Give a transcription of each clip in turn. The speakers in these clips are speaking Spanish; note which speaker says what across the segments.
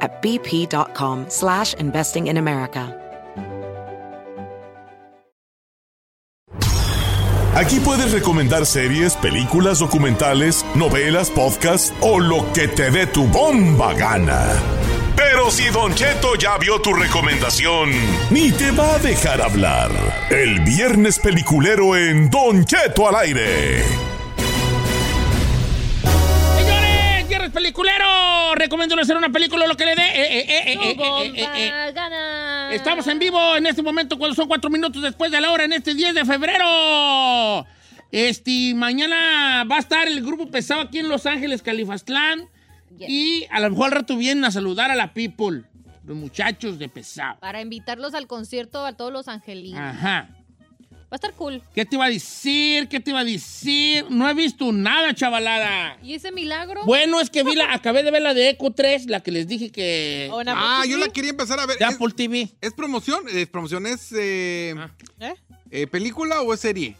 Speaker 1: at bp.com slash investing in America.
Speaker 2: Aquí puedes recomendar series, películas, documentales, novelas, podcasts o lo que te dé tu bomba gana. Pero si Don Cheto ya vio tu recomendación, ni te va a dejar hablar. El viernes peliculero en Don Cheto al aire.
Speaker 3: Señores, viernes peliculero. Recomiendo hacer una película lo que le dé. Eh, eh, eh, eh, eh, eh, eh, eh. Estamos en vivo en este momento, cuando son cuatro minutos después de la hora, en este 10 de febrero. Este, mañana va a estar el grupo pesado aquí en Los Ángeles, Califastlán. Y a lo mejor al rato vienen a saludar a la people, los muchachos de pesado.
Speaker 4: Para invitarlos al concierto a todos los angelinos.
Speaker 3: Ajá.
Speaker 4: Va a estar cool.
Speaker 3: ¿Qué te iba a decir? ¿Qué te iba a decir? No he visto nada, chavalada.
Speaker 4: ¿Y ese milagro?
Speaker 3: Bueno, es que vi la, acabé de ver la de Eco 3, la que les dije que.
Speaker 4: ¿O Oh, en Apple
Speaker 5: Ah,
Speaker 4: TV?
Speaker 5: yo la quería empezar a ver.
Speaker 3: De
Speaker 5: ¿Es,
Speaker 3: Apple TV.
Speaker 5: es promoción? ¿Es promoción? ¿Es eh,
Speaker 3: Ah,
Speaker 4: ¿Eh?
Speaker 5: eh, película o es serie?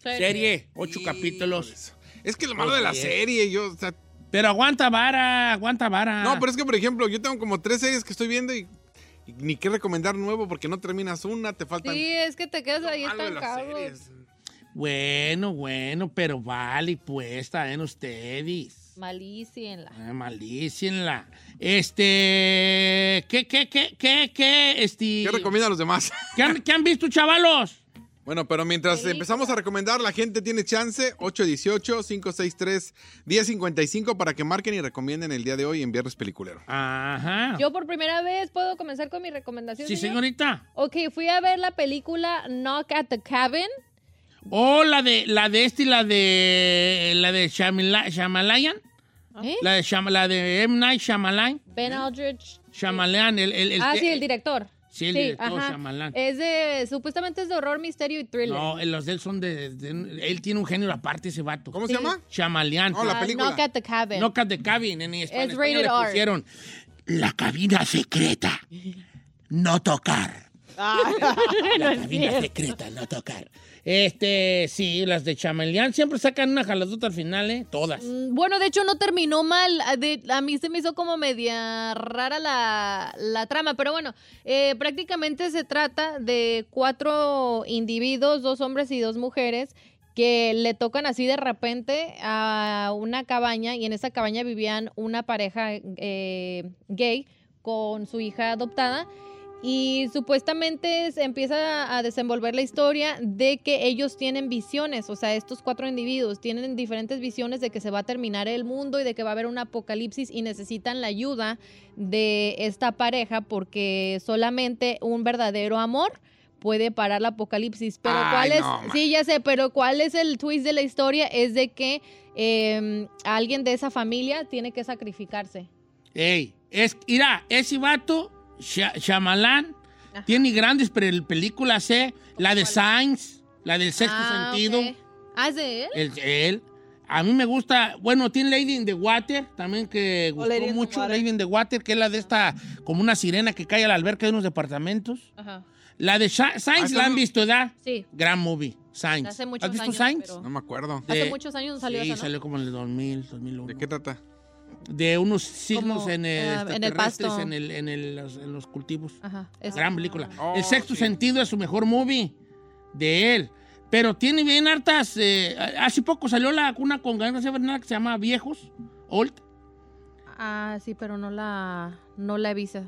Speaker 3: Serie, ocho
Speaker 5: Híjole,
Speaker 3: capítulos.
Speaker 5: eso. Es que lo malo de la
Speaker 3: Oye.
Speaker 5: serie, yo, o sea,
Speaker 3: Pero aguanta vara, aguanta vara.
Speaker 5: No, pero es que, por ejemplo, yo tengo como tres series que estoy viendo y, y ni qué recomendar nuevo porque no terminas una, te faltan...
Speaker 4: Sí, es que te quedas ahí
Speaker 5: algo de las
Speaker 4: estancado.
Speaker 5: series.
Speaker 3: Bueno, bueno, pero vale, pues, en ustedes.
Speaker 4: Malícienla.
Speaker 3: Ah, Malícienla. Este. ¿Qué, qué, qué, qué, qué? Este,
Speaker 5: ¿Qué recomiendan los demás?
Speaker 3: ¿qué han, qué han visto, chavalos?
Speaker 5: Bueno, pero mientras
Speaker 4: Película.
Speaker 5: empezamos a recomendar, la gente tiene chance, 818-563-1055 para que marquen y recomienden el día de hoy en Viernes Peliculero.
Speaker 3: Ajá.
Speaker 4: Yo por primera vez puedo comenzar con mi recomendación.
Speaker 3: Ah. sí,
Speaker 4: señor?
Speaker 3: señorita.
Speaker 4: Ok, fui a ver la película Knock at the Cabin.
Speaker 3: O la de, la de este y la de. La de Shamila- Shamalayan.
Speaker 4: ¿Eh?
Speaker 3: Ah. La de, Sham- la de M. Night Shyamalan.
Speaker 4: Ben Aldridge.
Speaker 3: Shyamalan, el, el, el
Speaker 4: ah,
Speaker 3: que-
Speaker 4: sí, el director.
Speaker 3: Sí, el director, Shyamalan.
Speaker 4: Es de, supuestamente es de horror, misterio y thriller. Ah,
Speaker 3: No, eh, los de él son de, de- Él tiene un género aparte, ese vato.
Speaker 5: ¿Cómo se llama?
Speaker 3: Shamaleán.
Speaker 5: No, la
Speaker 4: Ah,
Speaker 5: película.
Speaker 4: Knock at the Cabin.
Speaker 3: Knockout de cabin. En español,
Speaker 4: Es
Speaker 3: en
Speaker 4: rated
Speaker 3: español le
Speaker 4: R.
Speaker 3: pusieron la cabina secreta. No tocar. la cabina secreta, no tocar. Este, sí, las de Chameleán siempre sacan una jaladota al final, ¿eh? Todas.
Speaker 4: Mm, Bueno, de hecho no terminó mal. A, de- a mí se me hizo como media rara la, la trama, pero bueno, eh, prácticamente se trata de cuatro individuos, dos hombres y dos mujeres, que le tocan así de repente a una cabaña y en esa cabaña vivían una pareja eh, gay con su hija adoptada. Y supuestamente se empieza a desenvolver la historia de que ellos tienen visiones, o sea, estos cuatro individuos tienen diferentes visiones de que se va a terminar el mundo y de que va a haber un apocalipsis y necesitan la ayuda de esta pareja porque solamente un verdadero amor puede parar el apocalipsis. Pero
Speaker 5: Ay,
Speaker 4: cuál es,
Speaker 5: no, man.
Speaker 4: sí, ya sé, pero cuál es el twist de la historia es de que eh, alguien de esa familia tiene que sacrificarse.
Speaker 3: Ey, es, mira, ese vato, Sha- Shyamalan, tiene grandes pre- películas, ¿eh? La de Sainz, la del sexto
Speaker 4: Ah,
Speaker 3: sentido.
Speaker 4: ok. Ah, ¿es de él?
Speaker 3: El, eh, él. A mí me gusta, bueno, tiene Lady in the Water, también que
Speaker 4: Oh,
Speaker 3: gustó
Speaker 6: Lady in the
Speaker 3: mucho,
Speaker 6: Water.
Speaker 3: Lady in the Water, que es la de esta, como una sirena que cae a la alberca de unos departamentos.
Speaker 4: Ajá.
Speaker 3: La de Sha- Sainz
Speaker 5: Ah,
Speaker 3: la han
Speaker 5: no-
Speaker 3: visto, ¿verdad?
Speaker 4: Sí.
Speaker 3: Gran movie, Sainz.
Speaker 4: Hace muchos
Speaker 3: ¿Has visto
Speaker 4: años,
Speaker 3: Sainz?
Speaker 4: pero-
Speaker 5: No me acuerdo.
Speaker 3: De-
Speaker 4: Hace muchos años salió
Speaker 3: sí,
Speaker 4: esa, ¿no?
Speaker 3: salió como en el 2000, 2001.
Speaker 5: ¿De qué trata?
Speaker 3: De unos signos
Speaker 4: Como,
Speaker 3: en, el,
Speaker 4: ah, en el
Speaker 3: extraterrestres,
Speaker 4: pasto.
Speaker 3: en, el- en el- los, en los cultivos.
Speaker 4: Ajá. es-
Speaker 3: Gran película.
Speaker 5: Oh,
Speaker 3: el sexto
Speaker 5: sí.
Speaker 3: sentido es su mejor movie de él. Pero tiene bien hartas. eh, hace poco salió la una con Gael García Bernal que se llama Viejos, Old.
Speaker 4: Ah, sí, pero no la, no la he visto.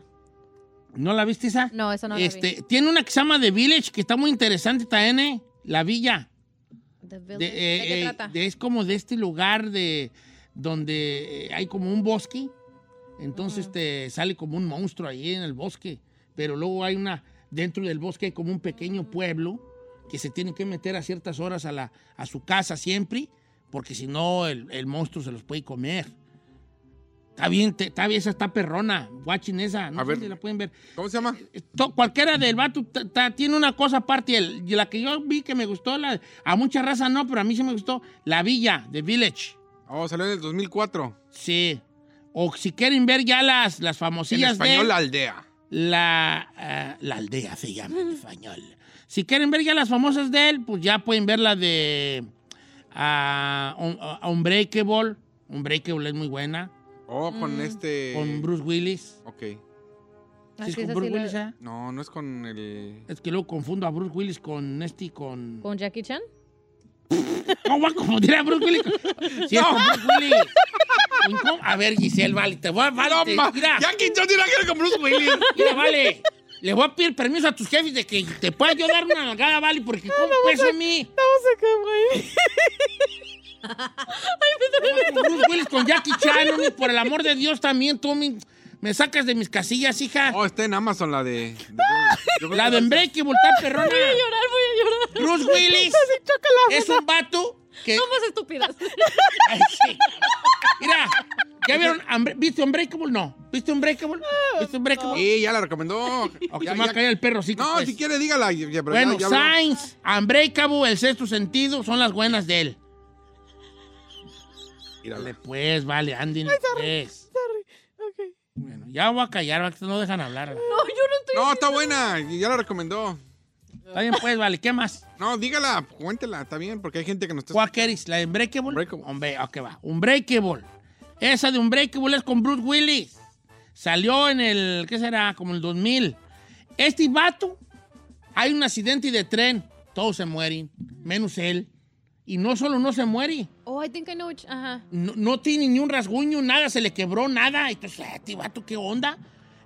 Speaker 3: ¿No la viste esa?
Speaker 4: No, esa no la
Speaker 3: este, Tiene una que se llama The Village, que está muy interesante también, ¿eh? La villa.
Speaker 4: vi. The
Speaker 3: De-
Speaker 4: Village.
Speaker 3: eh,
Speaker 4: ¿De qué
Speaker 3: eh,
Speaker 4: trata?
Speaker 3: de- es como de este lugar de donde eh, hay como un bosque. Entonces te sale como un monstruo ahí en el bosque. Pero luego hay una. Dentro del bosque hay como un
Speaker 4: Mm.
Speaker 3: pequeño pueblo que se tiene que meter a ciertas horas a, la, a su casa siempre. Porque si no, el, el monstruo se los puede comer. Está bien, te- está bien, esa está perrona. Watching esa. No
Speaker 5: A
Speaker 3: sé
Speaker 5: ver.
Speaker 3: si la pueden ver. Eh,
Speaker 5: ¿Cómo se llama?
Speaker 3: To- cualquiera del vato ta- ta- tiene una cosa aparte. el- y la que yo vi que me gustó, la, a mucha raza no, pero a mí sí me gustó, La Villa, de Village.
Speaker 5: Oh, salió en el 2004.
Speaker 3: Sí. O si quieren ver ya las, las
Speaker 5: En
Speaker 3: famosillas de
Speaker 5: español, la aldea.
Speaker 3: la, ah, la aldea, se llama en español. Si quieren ver ya las famosas de él, pues ya pueden ver la de ah, Un- ah, Unbreakable. Unbreakable es muy buena.
Speaker 5: Oh, con este.
Speaker 3: Con Bruce Willis.
Speaker 5: Ok.
Speaker 3: ¿Sí
Speaker 4: Ah,
Speaker 3: es
Speaker 4: sí,
Speaker 3: con
Speaker 4: esa
Speaker 3: Bruce
Speaker 4: sí la-
Speaker 3: Willis, eh?
Speaker 5: No, no es con el.
Speaker 3: Es que luego confundo a Bruce Willis con este y con...
Speaker 4: ¿Con Jackie Chan?
Speaker 3: No voy a confundir a Bruce Willis. con- Si es con Bruce Willis. Incom- A ver, Giselle, vale, te voy a... Vale,
Speaker 5: ¡No,
Speaker 3: te-
Speaker 5: ma!
Speaker 3: mira,
Speaker 5: ¡Jackie Chan tiene que ver con Bruce Willis!
Speaker 3: mira, vale. Le voy a pedir permiso a tus jefes de que te pueda yo dar una nalgada, vale, porque ¿cómo pesa a mí? Con Bruce Willis con Jackie Chan, hombre, por el amor de Dios también, tú me, me sacas de mis casillas, hija.
Speaker 5: Oh, está en Amazon la de. de- yo creo
Speaker 3: La
Speaker 5: que-
Speaker 3: de Unbreakable está perrona. Voy a llorar, voy a llorar. Bruce Willis es un vato que...
Speaker 4: Somos estúpidas.
Speaker 3: Ay, sí. Mira, ¿ya vieron? Unbre- ¿Viste Unbreakable? No. ¿Viste Unbreakable? ¿Viste Unbreakable?
Speaker 5: Sí, ya la recomendó.
Speaker 3: Ok,
Speaker 5: Ya-
Speaker 3: se me va a
Speaker 5: ya-
Speaker 3: caer el perro, sí.
Speaker 5: No,
Speaker 3: pues.
Speaker 5: si quiere, dígala. ya- ya- pero ya-
Speaker 3: Bueno,
Speaker 5: ya habló.
Speaker 3: Sainz, Unbreakable, El Sexto Sentido son las buenas de él. Dale,
Speaker 5: Mírala.
Speaker 3: pues, vale, Andy. pues. Bueno, ya voy a callar, va, que no dejan hablar.
Speaker 4: No, yo no estoy.
Speaker 5: No, está buena. Ya la recomendó.
Speaker 3: Está bien, pues, vale, ¿qué más?
Speaker 5: No, dígala, cuéntela, Ah, está bien, porque hay gente que nos está.
Speaker 3: ¿Cuál queréis? ¿La de Unbreakable?
Speaker 5: Unbreakable.
Speaker 3: Hombre, ok, va. Unbreakable. Esa de Unbreakable es con Bruce Willis. Salió en el, ¿qué será? Como el 2000. Este vato, hay un accidente de tren. Todos se mueren, menos él. Y no solo no se muere,
Speaker 4: Oh, I think I know which. Ajá.
Speaker 3: no, no tiene ni un rasguño, nada, se le quebró nada. Entonces, ah, este vato, ¿qué onda?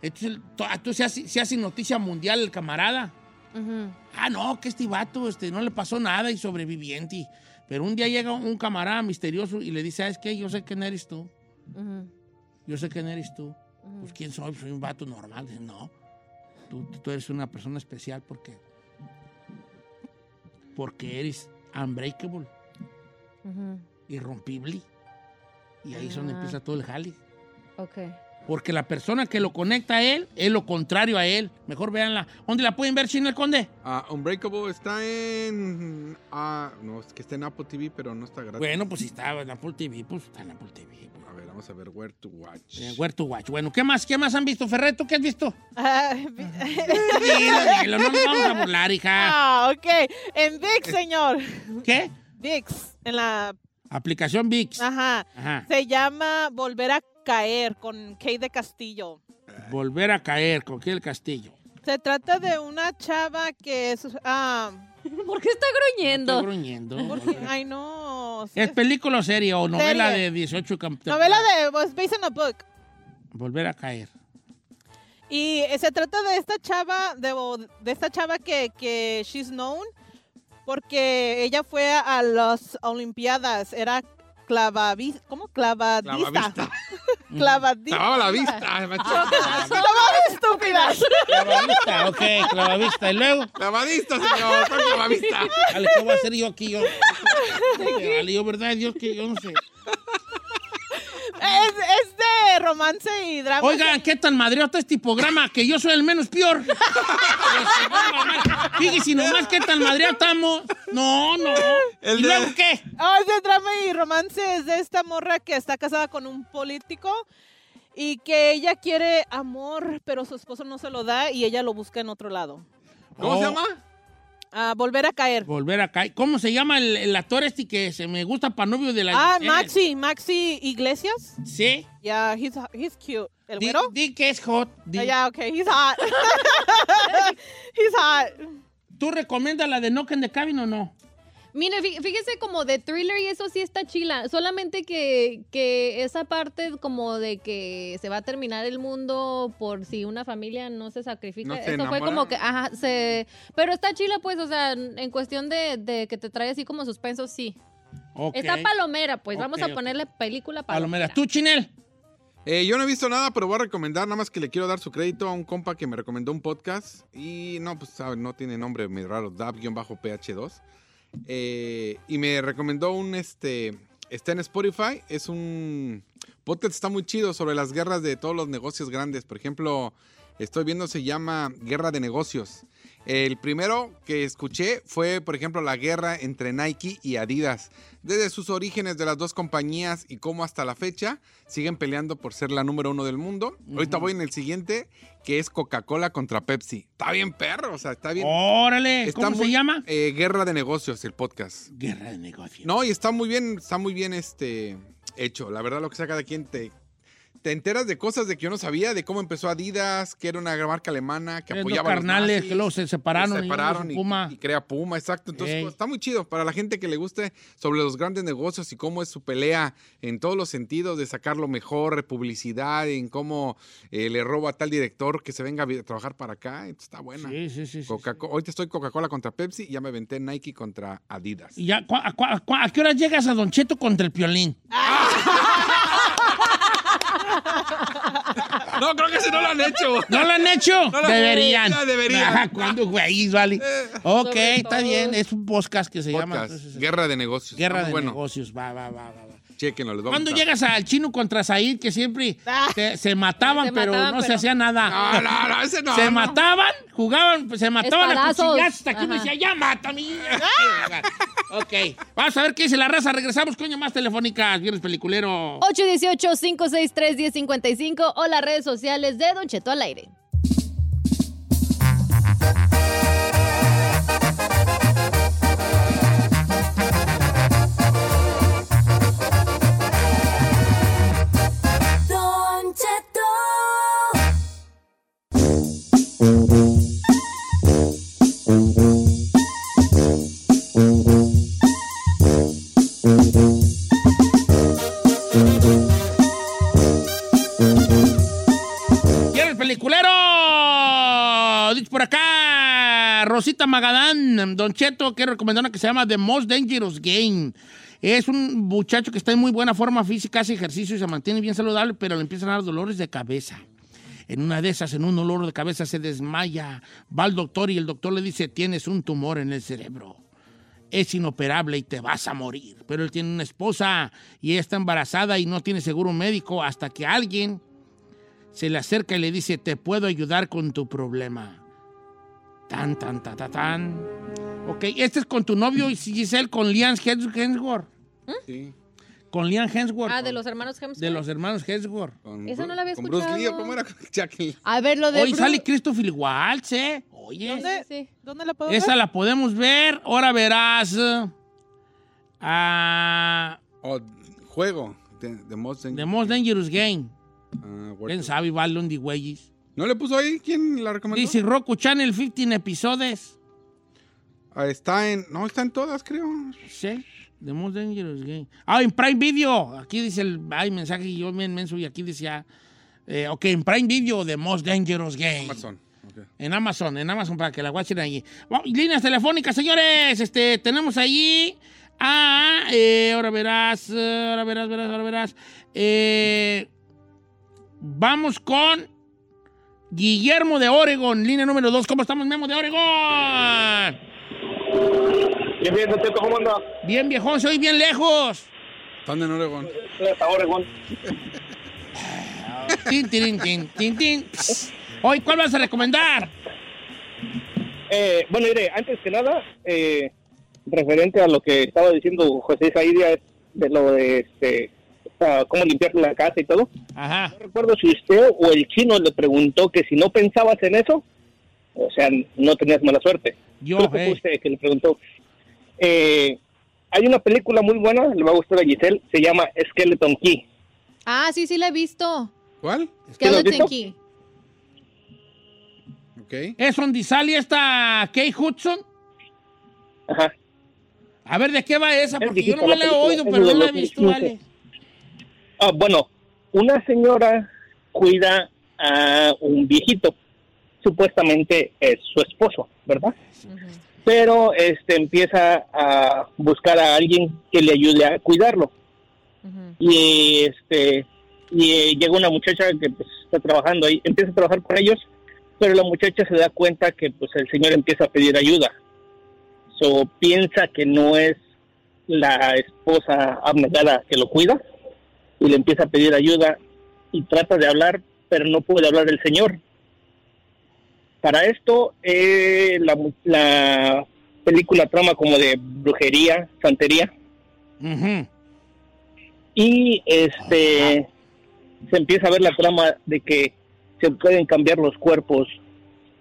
Speaker 3: Entonces, el- to- ah, entonces se, hace, se hace noticia mundial el camarada.
Speaker 4: Ujú.
Speaker 3: Ah, no, que este vato este, no le pasó nada y sobreviviente. Y- Pero un día llega un camarada misterioso y le dice, ¿sabes qué? Yo sé quién eres tú.
Speaker 4: Ujú.
Speaker 3: Yo sé quién eres tú. Pues, ¿quién soy? Soy un vato normal. Dice, no, tú, tú eres una persona especial porque... Porque eres unbreakable,
Speaker 4: Ujú.
Speaker 3: irrompible. Y ahí es donde
Speaker 4: Ah.
Speaker 3: empieza todo el jali.
Speaker 4: Ok.
Speaker 3: Porque la persona que lo conecta a él es lo contrario a él. Mejor véanla. ¿Dónde la pueden ver, Chino el Conde?
Speaker 5: Ah, Unbreakable está en. Ah, no, es que está en Apple TV, pero no está gratis.
Speaker 3: Bueno, pues si estaba en Apple TV, pues está en Apple TV. pues.
Speaker 5: A ver, vamos a ver, Where to Watch.
Speaker 3: Eh, Where to Watch. Bueno, ¿qué más? ¿Qué más han visto? Ferrer, ¿tú qué has visto?
Speaker 6: Ah,
Speaker 3: Dilo, dilo, no nos vamos a burlar, hija. Eh,
Speaker 6: ah, ok. En VIX, señor.
Speaker 3: ¿Qué?
Speaker 6: VIX. En la.
Speaker 3: Aplicación VIX.
Speaker 6: Ajá.
Speaker 3: Ajá.
Speaker 6: Se llama Volver a caer con Kay de Castillo.
Speaker 3: Volver a caer con el Castillo.
Speaker 6: Se trata de una chava que es. Ah,
Speaker 4: ¿Por qué está
Speaker 3: Estoy
Speaker 4: gruñendo?
Speaker 3: gruñendo.
Speaker 6: porque. Ay, no.
Speaker 3: ¿Es película o serie o novela
Speaker 6: Serie.
Speaker 3: de 18 campeones?
Speaker 6: Novela de. Was based on a book.
Speaker 3: Volver a caer.
Speaker 6: Y eh, se trata de esta chava, de, o de esta chava que, que she's known, porque ella fue a, a las Olimpiadas, era clavavis, ¿cómo? Clavadista.
Speaker 5: Clavavista.
Speaker 6: Clavadista.
Speaker 5: Clavaba la vista. macho.
Speaker 6: estúpidas!
Speaker 3: Clavavista, ok, clavavista. Y luego,
Speaker 5: Clavadista, señor. fue Clavavista.
Speaker 3: Dale, ¿qué voy a hacer yo aquí? Yo, Dale, yo, verdad, Dios, que yo no sé.
Speaker 6: es, es de romance y drama.
Speaker 3: Oigan, ¿qué tan madreado está este programa? Que yo soy el menos peor. Fíjese nomás qué tan madreado estamos. No, no.
Speaker 5: El
Speaker 3: ¿Y
Speaker 5: de-
Speaker 3: luego qué?
Speaker 6: Ah, es de drama y romance, es de esta morra que está casada con un político y que ella quiere amor, pero su esposo no se lo da y ella lo busca en otro lado.
Speaker 5: ¿Cómo
Speaker 3: Oh,
Speaker 5: se llama?
Speaker 6: Ah, volver a caer.
Speaker 3: Volver acá. ¿Cómo se llama el, el actor este que se me gusta para novio de la eh,
Speaker 6: Ah,
Speaker 3: Giselle?
Speaker 6: Maxi, Maxi Iglesias.
Speaker 3: Sí.
Speaker 6: Yeah, he's he's cute. El
Speaker 3: Di,
Speaker 6: güero.
Speaker 3: di que es hot. Di.
Speaker 6: Oh, yeah, okay, he's hot. he's hot.
Speaker 3: ¿Tú recomiendas la de Knock en the Cabin o no?
Speaker 4: Mire, fí- fíjese como de thriller y eso sí está chila. Solamente que, que esa parte como de que se va a terminar el mundo por si una familia no se sacrifica.
Speaker 5: No se
Speaker 4: eso fue
Speaker 5: enamora.
Speaker 4: como que, ajá, se... Pero está chila pues, o sea, en cuestión de, de que te trae así como suspenso, sí.
Speaker 3: Ok.
Speaker 4: Está palomera, pues vamos
Speaker 3: Ok,
Speaker 4: a
Speaker 3: ok.
Speaker 4: ponerle película palomera.
Speaker 3: Palomera. ¿Tú, Chinel?
Speaker 5: Eh, yo no he visto nada, pero voy a recomendar, nada más que le quiero dar su crédito a un compa que me recomendó un podcast. Y no, pues sabe, no tiene nombre medio raro, DAB-PH2. Eh, y me recomendó un, este, está en Spotify, es un podcast, está muy chido sobre las guerras de todos los negocios grandes. Por ejemplo, estoy viendo, se llama Guerra de Negocios. El primero que escuché fue, por ejemplo, la guerra entre Nike y Adidas. Desde sus orígenes de las dos compañías y cómo hasta la fecha siguen peleando por ser la número uno del mundo. Ahorita voy en el siguiente, que es Coca-Cola contra Pepsi. Está bien, perro, o sea, está bien.
Speaker 3: Órale.
Speaker 5: Está
Speaker 3: ¿Cómo se
Speaker 5: muy-
Speaker 3: llama?
Speaker 5: Eh, guerra de Negocios, el podcast.
Speaker 3: Guerra de negocios.
Speaker 5: No, y está muy bien, está muy bien este hecho. La verdad, lo que sea cada quien te. Te enteras de cosas de que yo no sabía, de cómo empezó Adidas, que era una marca alemana que
Speaker 3: Tres dos
Speaker 5: apoyaba a Pues los
Speaker 3: carnales
Speaker 5: nazis,
Speaker 3: que luego se separaron.
Speaker 5: se
Speaker 3: y
Speaker 5: separaron y,
Speaker 3: Puma.
Speaker 5: y crea Puma, exacto. Entonces,
Speaker 3: Ey.
Speaker 5: pues, está muy chido para la gente que le guste sobre los grandes negocios y cómo es su pelea en todos los sentidos de sacar lo mejor, publicidad, en cómo eh, le roba a tal director que se venga a vi- a trabajar para acá. Entonces, está buena.
Speaker 3: Sí, sí, sí. sí,
Speaker 5: Coca- Hoy te estoy Coca-Cola contra Pepsi y ya me aventé Nike contra Adidas.
Speaker 3: sí. ¿Y ya, ¿cuá- a, cuá- a cuá- a qué hora llegas a Don Cheto contra el piolín?
Speaker 5: No, creo que ese no lo han hecho.
Speaker 3: ¿No lo han hecho?
Speaker 5: No lo-
Speaker 3: deberían.
Speaker 5: Ya deberían. Eh,
Speaker 3: Ajá, ¿cuándo, güey? Vale. Ok,
Speaker 4: Sobre
Speaker 3: está
Speaker 4: todo.
Speaker 3: bien. Es un podcast que se llama.
Speaker 5: Podcast,
Speaker 3: entonces,
Speaker 5: Guerra de negocios.
Speaker 3: Guerra
Speaker 5: Está
Speaker 3: de
Speaker 5: muy bueno.
Speaker 3: negocios. Va, va, va, va. va.
Speaker 5: Chequenlo, les voy a
Speaker 3: ¿Cuándo
Speaker 5: gustar.
Speaker 3: llegas al chino contra Said que siempre se, se mataban,
Speaker 4: Ah. Se
Speaker 3: pero
Speaker 4: mataban,
Speaker 3: no se
Speaker 4: pero-
Speaker 3: hacía nada?
Speaker 5: No, no, no, ese no.
Speaker 3: se
Speaker 5: no.
Speaker 3: mataban, jugaban, pues, se mataban a
Speaker 4: Espadazos.
Speaker 3: cuchillazos. Hasta que uno
Speaker 4: Ajá. Ah.
Speaker 3: decía, ya mátame. ok, vamos a ver qué dice la raza. Regresamos, coño, más telefónicas. Viernes peliculero.
Speaker 4: 818-563-1055 o las redes sociales de Don Cheto al aire.
Speaker 7: Don Cheto,
Speaker 3: Viernes peliculero. Dice por acá, Rosita Magadán, Don Cheto, quiero recomendar una que se llama The Most Dangerous Game. Es un muchacho que está en muy buena forma física, hace ejercicio y se mantiene bien saludable, pero le empiezan a dar dolores de cabeza. En una de esas, en un dolor de cabeza, se desmaya. Va al doctor y el doctor le dice, tienes un tumor en el cerebro. Es inoperable y te vas a morir. Pero él tiene una esposa y ella está embarazada y no tiene seguro médico hasta que alguien se le acerca y le dice, te puedo ayudar con tu problema. Tan, tan, tan, tan, tan. Ok, este es con tu novio y Giselle, con Liam Hemsworth.
Speaker 5: Sí,
Speaker 3: Con Liam Hemsworth.
Speaker 4: ¿Eh? Ah, de los hermanos Hemsworth.
Speaker 3: de los hermanos Hemsworth.
Speaker 5: con
Speaker 4: Esa
Speaker 5: Bru-
Speaker 4: no la había
Speaker 5: con Bruce Lee, ¿o
Speaker 4: escuchado.
Speaker 5: ¿cómo era? Jackie.
Speaker 4: A ver, lo de...
Speaker 3: Hoy
Speaker 4: Bru-
Speaker 3: sale Christopher Waltz, ¿eh? Oye.
Speaker 6: ¿Dónde,
Speaker 4: Sí, sí.
Speaker 6: ¿Dónde la puedo
Speaker 3: Esa
Speaker 6: ver?
Speaker 3: la podemos ver. Ahora verás. ah, eh, A
Speaker 5: O Oh, juego. The, the Most Dangerous.
Speaker 3: The Most Dangerous Game.
Speaker 5: Ah, World
Speaker 3: ¿Quién
Speaker 5: Cup.
Speaker 3: sabe? Vale un de güeyes.
Speaker 5: ¿No le puso ahí? ¿Quién la recomendó?
Speaker 3: Dice Roku Channel 15 episodios.
Speaker 5: Ah, está en. No, está en todas, creo.
Speaker 3: Sí. The Most Dangerous Game. Ah, en Prime Video. Aquí dice el. Hay mensaje y yo me menso y aquí decía. eh, ok, en Prime Video, The Most Dangerous Game.
Speaker 5: Amazon. Ok.
Speaker 3: En Amazon, en Amazon para que la watchen allí. líneas telefónicas, señores. Este, tenemos allí. Ah, ahora verás, eh, ahora verás, verás, ahora verás. Eh, vamos con Guillermo de Oregon, línea número 2. ¿Cómo estamos, Memo de Oregon?
Speaker 8: Bien, bien, Don Cheto, ¿cómo anda?
Speaker 3: Bien, viejón, soy bien lejos.
Speaker 5: Están en Oregon.
Speaker 8: Hasta Oregón.
Speaker 3: Tin, tin, tin, tin, tin. Pss. Hoy, ¿cuál vas a recomendar?
Speaker 8: Eh, bueno, mire, antes que nada, eh, referente a lo que estaba diciendo José Zaidia de lo de este, ah, cómo limpiar la casa y todo,
Speaker 3: Ajá.
Speaker 8: no recuerdo si usted o el chino le preguntó que si no pensabas en eso, o sea, no tenías mala suerte.
Speaker 3: Yo,
Speaker 8: Creo que fue
Speaker 3: eh.
Speaker 8: usted que le preguntó. Eh, hay una película muy buena, le va a gustar a Giselle, se llama Skeleton Key.
Speaker 4: Ah, sí, sí la he visto.
Speaker 5: ¿Cuál?
Speaker 8: ¿Sí la has
Speaker 4: Skeleton
Speaker 8: visto?
Speaker 4: Key.
Speaker 5: Ok.
Speaker 3: ¿Es donde sale esta Kate Hudson?
Speaker 8: Ajá.
Speaker 3: A ver, ¿de qué va esa?
Speaker 8: Es
Speaker 3: Porque yo
Speaker 8: viejita
Speaker 3: no
Speaker 8: la
Speaker 3: la he
Speaker 8: película,
Speaker 3: oído,
Speaker 8: es
Speaker 3: pero
Speaker 8: de
Speaker 3: no la he
Speaker 8: los
Speaker 3: visto,
Speaker 8: 2015.
Speaker 3: Ale.
Speaker 8: Ah, bueno, una señora cuida a un viejito, supuestamente es su esposo, ¿verdad? Pero este empieza a buscar a alguien que le ayude a cuidarlo. Y este y eh, llega una muchacha que pues, está trabajando ahí, empieza a trabajar con ellos, pero la muchacha se da cuenta que pues el señor empieza a pedir ayuda. So piensa que no es la esposa abnegada que lo cuida y le empieza a pedir ayuda y trata de hablar, pero no puede hablar el señor. Para esto, eh, la, mu- la película trama como de brujería, santería,
Speaker 3: Ujú.
Speaker 8: y este se empieza a ver la trama de que se pueden cambiar los cuerpos,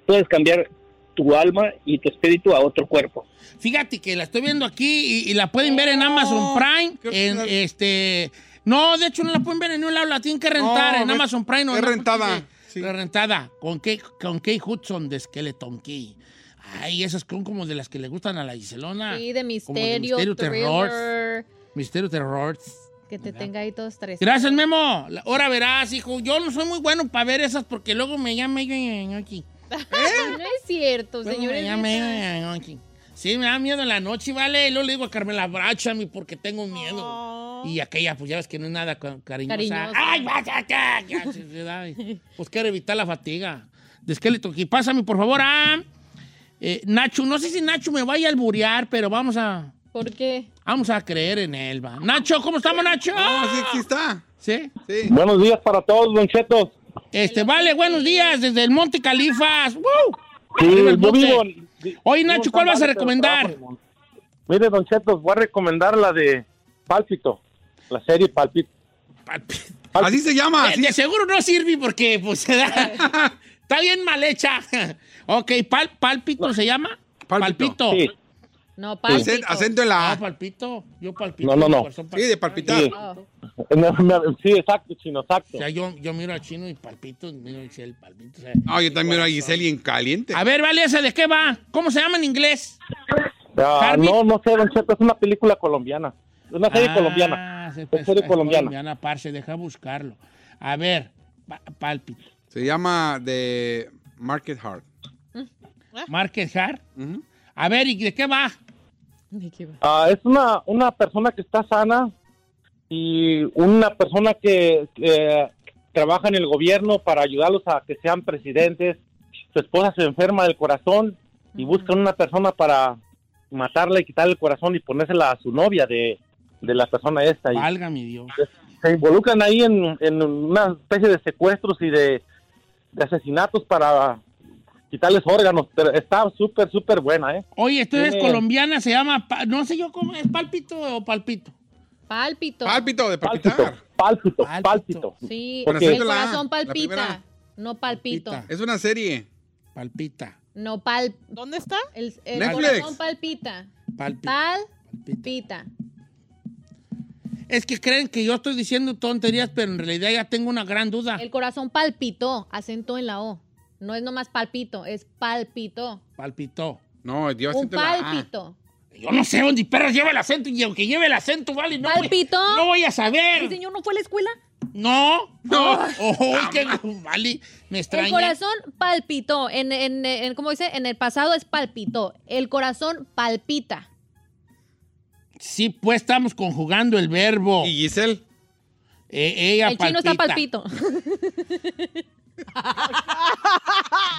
Speaker 8: puedes cambiar tu alma y tu espíritu a otro cuerpo.
Speaker 3: Fíjate que la estoy viendo aquí y, y la pueden ver en Amazon Prime.
Speaker 5: Creo que
Speaker 3: En,
Speaker 5: la-
Speaker 3: este, no, de hecho no la pueden ver en ningún lado, la tienen que rentar
Speaker 5: No,
Speaker 3: en
Speaker 5: es-
Speaker 3: Amazon Prime. No,
Speaker 5: es
Speaker 3: no,
Speaker 5: rentada,
Speaker 3: porque-
Speaker 5: sí.
Speaker 3: La rentada, con Kate, con Kate Hudson de Skeleton Key. Ay, esas son como de las que le gustan a la Giselona.
Speaker 4: Sí, de
Speaker 3: Ah, Como
Speaker 4: misterio,
Speaker 3: misterio, terror.
Speaker 4: thriller,
Speaker 3: Misterio Terror.
Speaker 4: que te tenga ahí todos tres.
Speaker 3: Gracias, Memo. La- Ahora verás, hijo. Yo no soy muy bueno para ver esas porque luego me llama ñoqui. ¿Eh?
Speaker 4: No es cierto,
Speaker 3: Luego me
Speaker 4: señores.
Speaker 3: llama ñoqui. Sí, me da miedo en la noche, ¿vale? Y luego le digo a Carmela, bráchame porque tengo miedo. Y aquella, pues ya ves que no es nada ca- cariñosa.
Speaker 4: Oh. Cariñosa.
Speaker 3: ¡Ay, vaya, ya, ya, sí, sí, ay. Pues quiero evitar la fatiga. De esqueleto. Y pásame, por favor, a eh, Nacho. No sé si Nacho me vaya a alburear, pero vamos a,
Speaker 4: ¿Por qué?
Speaker 3: vamos a creer en él. va. Nacho, ¿cómo estamos, Nacho?
Speaker 5: No, Oh, sí, sí está.
Speaker 3: ¿Sí?
Speaker 5: Sí.
Speaker 8: Buenos días para todos, Don Cheto.
Speaker 3: Este, vale, buenos días desde el Monte Califas. ¡Woo!
Speaker 8: Sí,
Speaker 3: Arriba el
Speaker 8: yo
Speaker 3: bote.
Speaker 8: vivo-
Speaker 3: Oye,
Speaker 8: vivo
Speaker 3: Nacho,
Speaker 8: en
Speaker 3: ¿cuál
Speaker 8: San
Speaker 3: vas a
Speaker 8: Marcos,
Speaker 3: recomendar?
Speaker 8: pero trabajo en- Mire, Don Cheto, voy a recomendar la de Pálpito, la serie Pálpito. Ah,
Speaker 5: Así se llama.
Speaker 3: Eh,
Speaker 5: Así.
Speaker 3: De seguro no sirve porque, pues, está bien mal hecha. ok, pal- ¿Palpito se llama?
Speaker 5: Pálpito.
Speaker 3: Palpito.
Speaker 8: Sí,
Speaker 4: No,
Speaker 5: Acen-
Speaker 4: palpito.
Speaker 5: Acento en
Speaker 3: Ah,
Speaker 5: la.
Speaker 3: palpito. Yo palpito.
Speaker 8: No, no, no.
Speaker 3: corazón
Speaker 5: Sí, de
Speaker 3: palpita.
Speaker 5: palpitar.
Speaker 8: Sí. No, me- sí, exacto, chino,
Speaker 3: O
Speaker 8: exacto.
Speaker 3: sea, yo, yo miro al chino y palpito, miro a Giselle, palpito. o sea,
Speaker 5: Ah, yo también era
Speaker 3: corazón.
Speaker 5: Giselle y en caliente.
Speaker 3: A ver, vale, esa de qué va. ¿Cómo se llama en inglés?
Speaker 8: Ah,
Speaker 3: Harvey.
Speaker 8: no, no sé, Don Cheto, es una película colombiana. Es una serie
Speaker 3: Ah,
Speaker 8: colombiana.
Speaker 3: sí,
Speaker 8: Es serie colombiana.
Speaker 3: parce, deja buscarlo. A ver, pa- palpito.
Speaker 5: Se llama The Market Heart.
Speaker 4: Ah.
Speaker 3: Market Hart. A ver, ¿y de qué va?
Speaker 4: ¿De qué va?
Speaker 8: Ah, es una, una persona que está sana y una persona que, que trabaja en el gobierno para ayudarlos a que sean presidentes. Su esposa se enferma del corazón y buscan una persona para matarla y quitarle el corazón y ponérsela a su novia de, de la persona esta. Y
Speaker 3: Valga mi Dios.
Speaker 8: se involucran ahí en, en una especie de secuestros y de, de asesinatos para quitarles órganos. Pero está súper, súper buena, ¿eh?
Speaker 3: Oye, esto es
Speaker 8: Tiene-
Speaker 3: colombiana, se llama, pa- no sé yo cómo es, palpito o palpito.
Speaker 4: Palpito.
Speaker 5: Pálpito de
Speaker 8: Pálpito,
Speaker 5: palpitar.
Speaker 8: pálpito,
Speaker 3: Pálpito.
Speaker 8: pálpito.
Speaker 4: Sí,
Speaker 5: Con
Speaker 4: el
Speaker 5: acento en la A,
Speaker 4: corazón
Speaker 5: la
Speaker 4: palpita.
Speaker 5: primera.
Speaker 4: No palpito.
Speaker 3: Palpita.
Speaker 5: Es una serie.
Speaker 3: Palpita,
Speaker 4: No pal...
Speaker 6: ¿Dónde está?
Speaker 4: El, el
Speaker 5: Netflix.
Speaker 4: corazón palpita.
Speaker 3: palpita, palpita.
Speaker 4: Palpita.
Speaker 3: Es que creen que yo estoy diciendo tonterías, pero en realidad ya tengo una gran duda.
Speaker 4: El corazón palpitó. Acento en la O. No es nomás palpito, es palpito.
Speaker 3: Palpitó.
Speaker 5: No, Dios
Speaker 4: Un
Speaker 5: siento la- ah.
Speaker 4: palpito.
Speaker 3: Yo no sé dónde perro lleva el acento y aunque lleve el acento, vale, no voy-
Speaker 4: ¿Palpitó?
Speaker 3: no voy a
Speaker 4: ¿El
Speaker 3: saber.
Speaker 4: señor no fue a la escuela?
Speaker 3: No, no. Ojo, es que vale, me extraña.
Speaker 4: El corazón palpitó. En, en, en- ¿Cómo dice? En el pasado es palpitó. El corazón palpita.
Speaker 3: Sí, pues estamos conjugando el verbo.
Speaker 5: Y Giselle.
Speaker 3: Eh, ella
Speaker 4: el chino está palpito.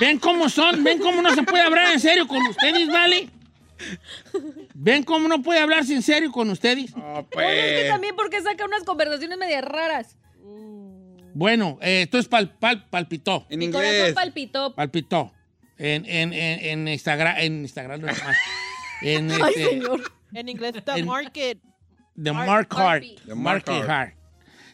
Speaker 3: Ven cómo son, ven cómo no se puede hablar en serio con ustedes, ¿vale? Ven cómo no puede hablarse en serio con ustedes.
Speaker 5: Oh,
Speaker 4: Es que
Speaker 3: Eh.
Speaker 5: pues.
Speaker 4: también porque saca unas conversaciones medias raras.
Speaker 3: Bueno, eh, esto es pal, pal- palpitó.
Speaker 5: En
Speaker 4: Mi corazón
Speaker 5: inglés.
Speaker 4: palpitó.
Speaker 3: Palpitó. En, en, en, en Instagram. En Instagram no es más. En
Speaker 4: Ay,
Speaker 3: este,
Speaker 4: señor.
Speaker 6: En inglés, The
Speaker 3: En-
Speaker 6: Market.
Speaker 3: The
Speaker 6: Mar-
Speaker 3: Mark Hart.
Speaker 4: Marky.
Speaker 3: The
Speaker 5: The
Speaker 3: Mark
Speaker 5: Mark
Speaker 3: Hart.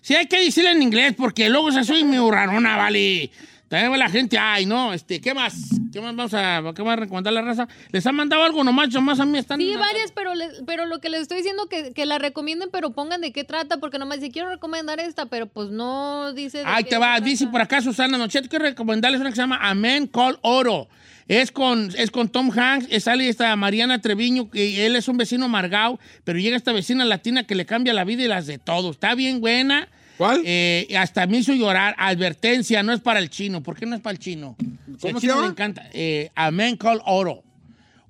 Speaker 3: Sí, hay que decirlo en inglés porque luego se soy mi urarona, vale. También va la gente, ay, no, este, ¿qué más? ¿Qué más vamos a, qué va a recomendar la raza? ¿Les han mandado algo nomás? Nomás a mí están...
Speaker 4: Sí, varias, pero, le- pero lo que les estoy diciendo que, que la recomienden, pero pongan de qué trata, porque nomás dice, quiero recomendar esta, pero pues no dice... de
Speaker 3: Ahí
Speaker 4: qué
Speaker 3: te va,
Speaker 4: trata.
Speaker 3: dice por acá Susana Nochet que recomendarles una que se llama Amen Call Oro. Es con, es con Tom Hanks, eh, sale esta Mariana Treviño, que él es un vecino amargado, pero llega esta vecina latina que le cambia la vida y las de todos. Está bien buena.
Speaker 5: ¿Cuál?
Speaker 3: Eh, hasta me hizo llorar. Advertencia, no es para el chino. ¿Por qué no es para el chino? Si al
Speaker 5: se
Speaker 3: chino
Speaker 5: llama?
Speaker 3: Le encanta. Eh, a Man Called Oro.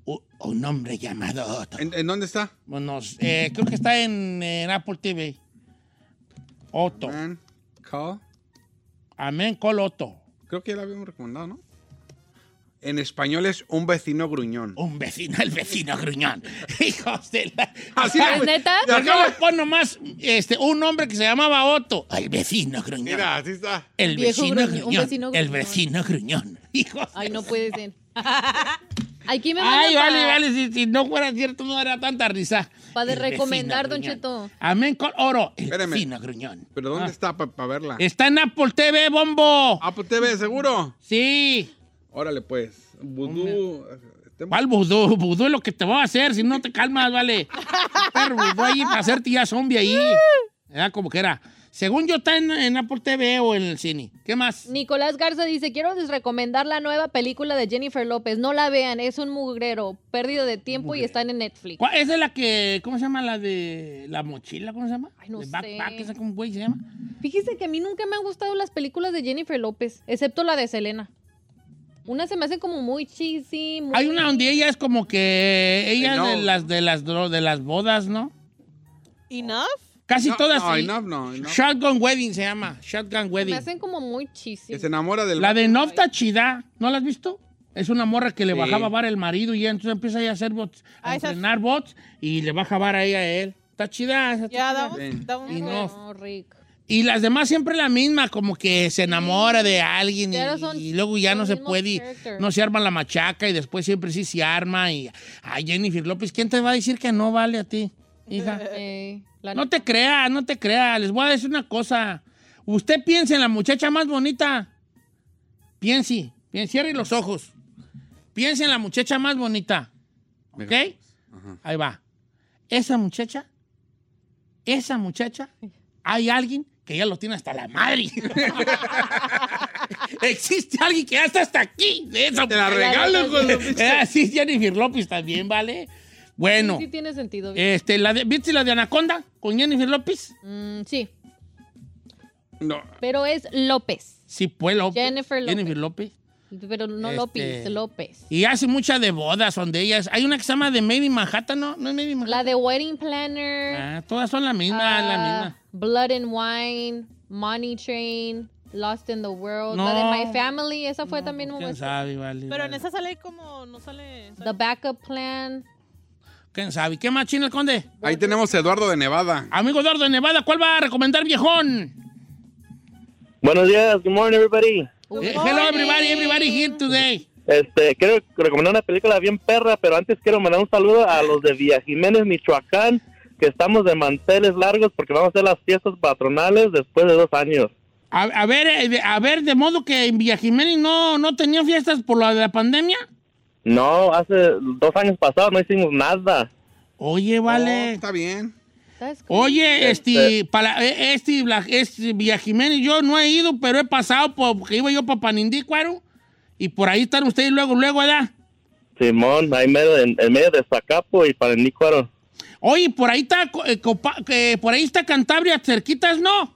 Speaker 3: U- un hombre llamado Otto.
Speaker 5: ¿En, en dónde está?
Speaker 3: Bueno, eh, creo que está en, en Apple TV. Otto.
Speaker 5: Man, call.
Speaker 3: A Man Called Otto.
Speaker 5: Creo que ya la habíamos recomendado, ¿no? En español es un vecino gruñón.
Speaker 3: Un vecino, el vecino gruñón. Hijos de la...
Speaker 5: Así la-
Speaker 4: ¿Neta?
Speaker 5: la-
Speaker 3: ¿Por qué le pon nomás este, un hombre que se llamaba Otto? El vecino gruñón.
Speaker 5: Mira, así está.
Speaker 3: el
Speaker 4: Viejo
Speaker 3: vecino
Speaker 4: gruñón, un
Speaker 3: gruñón.
Speaker 4: vecino
Speaker 3: El
Speaker 4: gruñón.
Speaker 3: vecino gruñón. Hijos
Speaker 4: Ay,
Speaker 3: de
Speaker 4: no
Speaker 3: la-
Speaker 4: puede ser. Aquí me
Speaker 3: Ay,
Speaker 4: mandan
Speaker 3: vale,
Speaker 4: pa-
Speaker 3: vale. Si, si no fuera cierto, no daría tanta risa.
Speaker 4: Pa' de
Speaker 3: El vecino
Speaker 4: recomendar, don
Speaker 3: gruñón.
Speaker 4: Cheto.
Speaker 3: Amén con oro. El
Speaker 5: Espérame.
Speaker 3: vecino gruñón.
Speaker 5: ¿Pero dónde
Speaker 3: Ah.
Speaker 5: está para verla?
Speaker 3: Está en Apple TV, bombo.
Speaker 5: Apple TV, seguro.
Speaker 3: Sí.
Speaker 5: Órale, pues. Vudú. Este-
Speaker 3: ¿Cuál vudú? Vudú es lo que te voy a hacer si no te calmas, vale. Estar vudú ahí para hacerte ya zombie ahí. Era como que era. Según yo, está en, en Apple TV o en el cine. ¿Qué más?
Speaker 4: Nicolás Garza dice, quiero les recomendar la nueva película de Jennifer López. No la vean, es un mugrero, perdido de tiempo y está en Netflix.
Speaker 3: ¿Cuál- Esa es la que, ¿cómo se llama? La de la mochila, ¿cómo se llama?
Speaker 4: Ay, no
Speaker 3: El backpack,
Speaker 4: sé.
Speaker 3: esa como güey se llama.
Speaker 4: Fíjese que a mí nunca me han gustado las películas de Jennifer López, excepto la de Selena. Una se me hace como muy cheesy, muy...
Speaker 3: Hay una donde ella es como que ella
Speaker 5: Ay, no.
Speaker 3: es de las de las dro- de las bodas, ¿no?
Speaker 6: ¿Enough?
Speaker 3: Casi
Speaker 5: No,
Speaker 3: todas.
Speaker 5: No,
Speaker 3: sí.
Speaker 5: enough, no, enough.
Speaker 3: Shotgun Wedding se llama. Shotgun
Speaker 4: Me
Speaker 3: Wedding.
Speaker 4: hacen como muy cheesy.
Speaker 5: Que se enamora del.
Speaker 3: La de Novta Chida, ¿no la has visto? Es una morra que le
Speaker 5: Sí.
Speaker 3: bajaba bar al marido y ella entonces empieza ella a hacer bots, a
Speaker 6: Ah, esa-
Speaker 3: entrenar bots y le baja bar ahí a él. Está chida. esa está
Speaker 6: Ya,
Speaker 3: chida.
Speaker 6: damos,
Speaker 5: Bien.
Speaker 6: damos
Speaker 3: Y no.
Speaker 4: No, Rick.
Speaker 3: Y las demás siempre la misma, como que se enamora de alguien y,
Speaker 4: Pero son
Speaker 3: y luego ya
Speaker 4: los
Speaker 3: no se
Speaker 4: mismos
Speaker 3: puede, y
Speaker 4: characters.
Speaker 3: no se arma la machaca y después siempre sí se arma y a Jennifer López, ¿quién te va a decir que no vale a ti, hija?
Speaker 4: Eh, la
Speaker 3: No
Speaker 4: neta.
Speaker 3: te creas, no te creas. Les voy a decir una cosa. Usted piense en la muchacha más bonita. Piense, piense, cierre los ojos. Piense en la muchacha más bonita. ¿Ok? Ahí va. Esa muchacha, esa muchacha, hay alguien que ya lo tiene hasta la madre. Existe alguien que ya está hasta aquí. De esa
Speaker 5: Te la regalo, con los pinches-
Speaker 3: Ah, sí, Jennifer López también, ¿vale? Bueno.
Speaker 4: Sí, sí tiene sentido.
Speaker 3: Este, la de, ¿Viste la de Anaconda con Jennifer López?
Speaker 4: Mm, sí,
Speaker 5: No.
Speaker 4: pero es López.
Speaker 3: Sí, fue López.
Speaker 4: Jennifer López.
Speaker 3: López.
Speaker 4: Pero no
Speaker 3: Este-
Speaker 4: López, López.
Speaker 3: Y hace muchas de bodas donde ellas. Hay una que se llama de Made in Manhattan, ¿no? No es Made in Manhattan.
Speaker 4: La de Wedding Planner.
Speaker 3: Ah, todas son la misma, la
Speaker 4: ah,
Speaker 3: misma.
Speaker 4: Blood and Wine, Money Train, Lost in the World.
Speaker 3: No.
Speaker 4: La de My Family, esa fue también un
Speaker 3: ¿Quién sabe, vale?
Speaker 6: Pero en
Speaker 3: vale.
Speaker 6: esa sale como, no sale...
Speaker 4: The Backup Plan.
Speaker 3: ¿Quién sabe? ¿Qué más chino el conde?
Speaker 5: Ahí tenemos a Eduardo de Nevada.
Speaker 3: Amigo Eduardo de Nevada, ¿cuál va a recomendar, viejón?
Speaker 8: Buenos días, good morning, everybody.
Speaker 3: Eh, hello, everybody, everybody here today.
Speaker 8: Este, quiero recomendar una película bien perra, pero antes quiero mandar un saludo a los de Villa Jiménez, Michoacán, que estamos de manteles largos porque vamos a hacer las fiestas patronales después de dos años.
Speaker 3: A, a ver, eh, de- a ver, de modo que en Villa Jiménez no, no tenían fiestas por la de la pandemia.
Speaker 8: No, hace dos años pasados no hicimos nada.
Speaker 3: Oye,
Speaker 5: Oh,
Speaker 3: vale.
Speaker 5: está bien.
Speaker 4: That's cool.
Speaker 3: Oye, este,
Speaker 8: Este-
Speaker 3: para, eh, este, Bla- este Villa Jiménez, yo no he ido, pero he pasado por- porque iba yo para Panindícuaro y por ahí están ustedes luego, luego, ¿verdad?
Speaker 8: Simón, ahí medio, en, en medio de Zacapo y para el Nícuaro.
Speaker 3: Oye, por ahí está, co- eh, Copa- eh, por ahí está Cantabria, cerquitas, ¿no?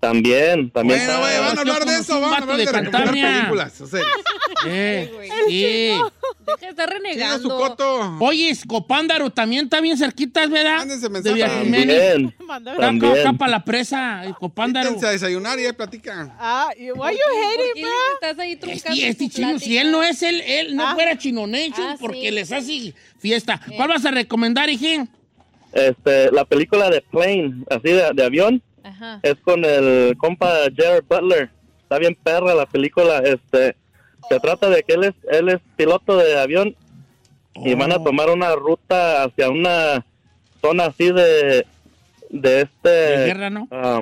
Speaker 8: También, también.
Speaker 5: Bueno,
Speaker 8: está-
Speaker 5: güey, Eh, van a
Speaker 3: yo
Speaker 5: hablar de
Speaker 3: conocí
Speaker 5: eso.
Speaker 3: un
Speaker 5: Van a
Speaker 3: vato
Speaker 5: hablar
Speaker 3: de
Speaker 5: de recomendar
Speaker 3: Cantabria.
Speaker 5: películas. O sea,
Speaker 3: Eh, sí.
Speaker 4: Deja de estar
Speaker 5: siga su
Speaker 4: renegando.
Speaker 5: coto.
Speaker 3: Oye, Copándaro también está bien cerquitas, ¿verdad?
Speaker 5: Mándense
Speaker 3: De Villa
Speaker 5: mensajes.
Speaker 3: Jiménez.
Speaker 8: También.
Speaker 6: Manda-
Speaker 3: Está acá,
Speaker 8: También.
Speaker 3: acá para la presa, el Copándaro.
Speaker 5: Siéntense a desayunar y ahí platican.
Speaker 6: Ah, y- why you
Speaker 4: ¿Por
Speaker 6: hating,
Speaker 4: qué
Speaker 6: bro?
Speaker 4: estás ahí truncando
Speaker 3: Este, este
Speaker 4: su
Speaker 3: chino, si
Speaker 4: plática?
Speaker 3: él no es él, él no
Speaker 6: Ah.
Speaker 3: fuera Chino Nation
Speaker 4: Ah, sí. Eh.
Speaker 3: porque les hace fiesta. ¿Cuál vas a recomendar,
Speaker 5: Eh,
Speaker 3: hijín?
Speaker 8: Este, la película de Plane, así de, de avión,
Speaker 4: Ajá.
Speaker 8: es con el compa Jared Butler. Está bien perra la película. Este, se trata de que él es, él es piloto de avión y van a
Speaker 3: Oh.
Speaker 8: tomar una ruta hacia una zona así de, de este.
Speaker 3: De guerra, ¿no?
Speaker 8: ah,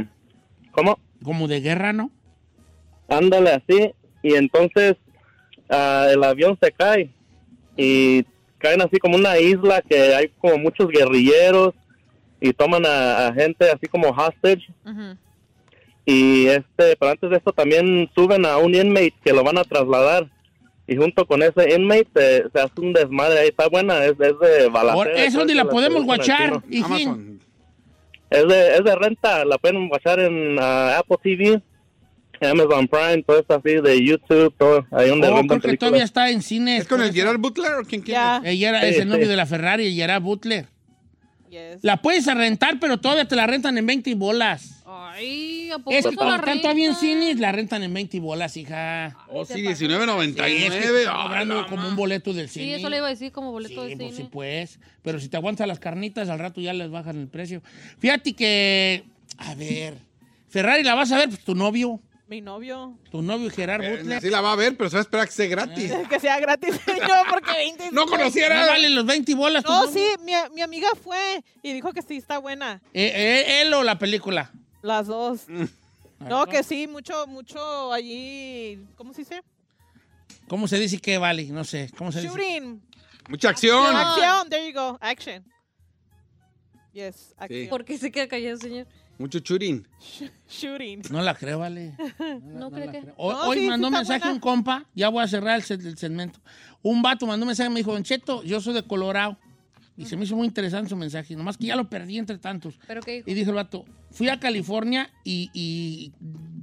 Speaker 8: ¿Cómo?
Speaker 3: Como de guerra, ¿no?
Speaker 8: Ándale así y entonces ah, el avión se cae y caen así como una isla que hay como muchos guerrilleros y toman a, a gente así como hostage
Speaker 4: Ujú.
Speaker 8: y este, pero antes de esto también suben a un inmate que lo van a trasladar y junto con ese inmate eh, se, hace un desmadre ahí, está buena, es, es de balacera.
Speaker 3: Ahora, es donde la
Speaker 8: Las
Speaker 3: podemos
Speaker 8: películas, tiro.
Speaker 3: guachar, hijín.
Speaker 5: Amazon.
Speaker 8: Es de, es de renta, la pueden bajar en ah, Apple TV, Amazon Prime, todo esto así de YouTube, todo ahí donde rentan
Speaker 3: Oh, creo que
Speaker 8: películas.
Speaker 3: todavía está en cines.
Speaker 5: ¿Es con el
Speaker 3: Ella
Speaker 5: Gerard Butler o quién quiere?
Speaker 6: Ya.
Speaker 8: Sí,
Speaker 3: es el novio
Speaker 8: sí.
Speaker 3: de la Ferrari, Gerard Butler.
Speaker 6: Yes.
Speaker 3: La puedes rentar, pero todavía te la rentan en 20 bolas.
Speaker 4: Ay, ¿a poco
Speaker 3: Es
Speaker 4: eso
Speaker 3: que
Speaker 4: la
Speaker 3: cuando están
Speaker 4: renta?
Speaker 3: todavía en cines, la rentan en 20 bolas, hija.
Speaker 5: Oh, sí,
Speaker 3: Sí, es que
Speaker 5: 19.99.
Speaker 3: están
Speaker 5: Ah,
Speaker 3: cobrando
Speaker 5: la
Speaker 3: como
Speaker 5: ma-
Speaker 3: un boleto del cine.
Speaker 4: Sí, eso le iba a decir como boleto
Speaker 3: sí,
Speaker 4: de
Speaker 3: pues, sí,
Speaker 4: cine.
Speaker 3: pues. Pero si te aguantas las carnitas, al rato ya les bajan el precio. Fíjate que. A ver. Ferrari la vas a ver, pues tu novio.
Speaker 6: Mi novio.
Speaker 3: Tu novio Gerard
Speaker 5: Eh,
Speaker 3: Butler.
Speaker 5: Sí la va a ver, pero se va a esperar a que sea gratis.
Speaker 6: Que sea gratis. no, porque 20.
Speaker 5: No
Speaker 3: Ah, No
Speaker 5: conociera.
Speaker 3: vale los 20 bolas. tu
Speaker 6: No,
Speaker 3: novio.
Speaker 6: sí, mi, mi amiga fue y dijo que sí está buena.
Speaker 3: Eh, eh, él o la película. Ah,
Speaker 6: Las dos.
Speaker 5: Mm.
Speaker 6: No, que sí, mucho, mucho allí. ¿Cómo se dice?
Speaker 3: ¿Cómo se dice que vale? No sé. ¿Cómo se dice?
Speaker 6: Shooting.
Speaker 5: Mucha acción.
Speaker 4: Acción.
Speaker 6: Acción. There you go. Action. Yes,
Speaker 5: Sí.
Speaker 6: acción.
Speaker 4: ¿Por qué se queda callado, señor?
Speaker 5: Mucho churín.
Speaker 6: Shooting.
Speaker 3: No la creo, vale.
Speaker 4: No, creo que.
Speaker 3: Ho-
Speaker 6: No,
Speaker 3: hoy
Speaker 6: sí, sí
Speaker 3: mandó un
Speaker 6: está
Speaker 3: mensaje
Speaker 6: buena.
Speaker 3: un compa, ya voy a cerrar el, se- el segmento. Un vato mandó un mensaje, me dijo, Don Cheto, yo soy de Colorado. Y se me hizo muy interesante su mensaje, nomás que ya lo perdí entre tantos.
Speaker 4: ¿Pero qué dijo?
Speaker 3: Y dijo el vato, fui a California y, y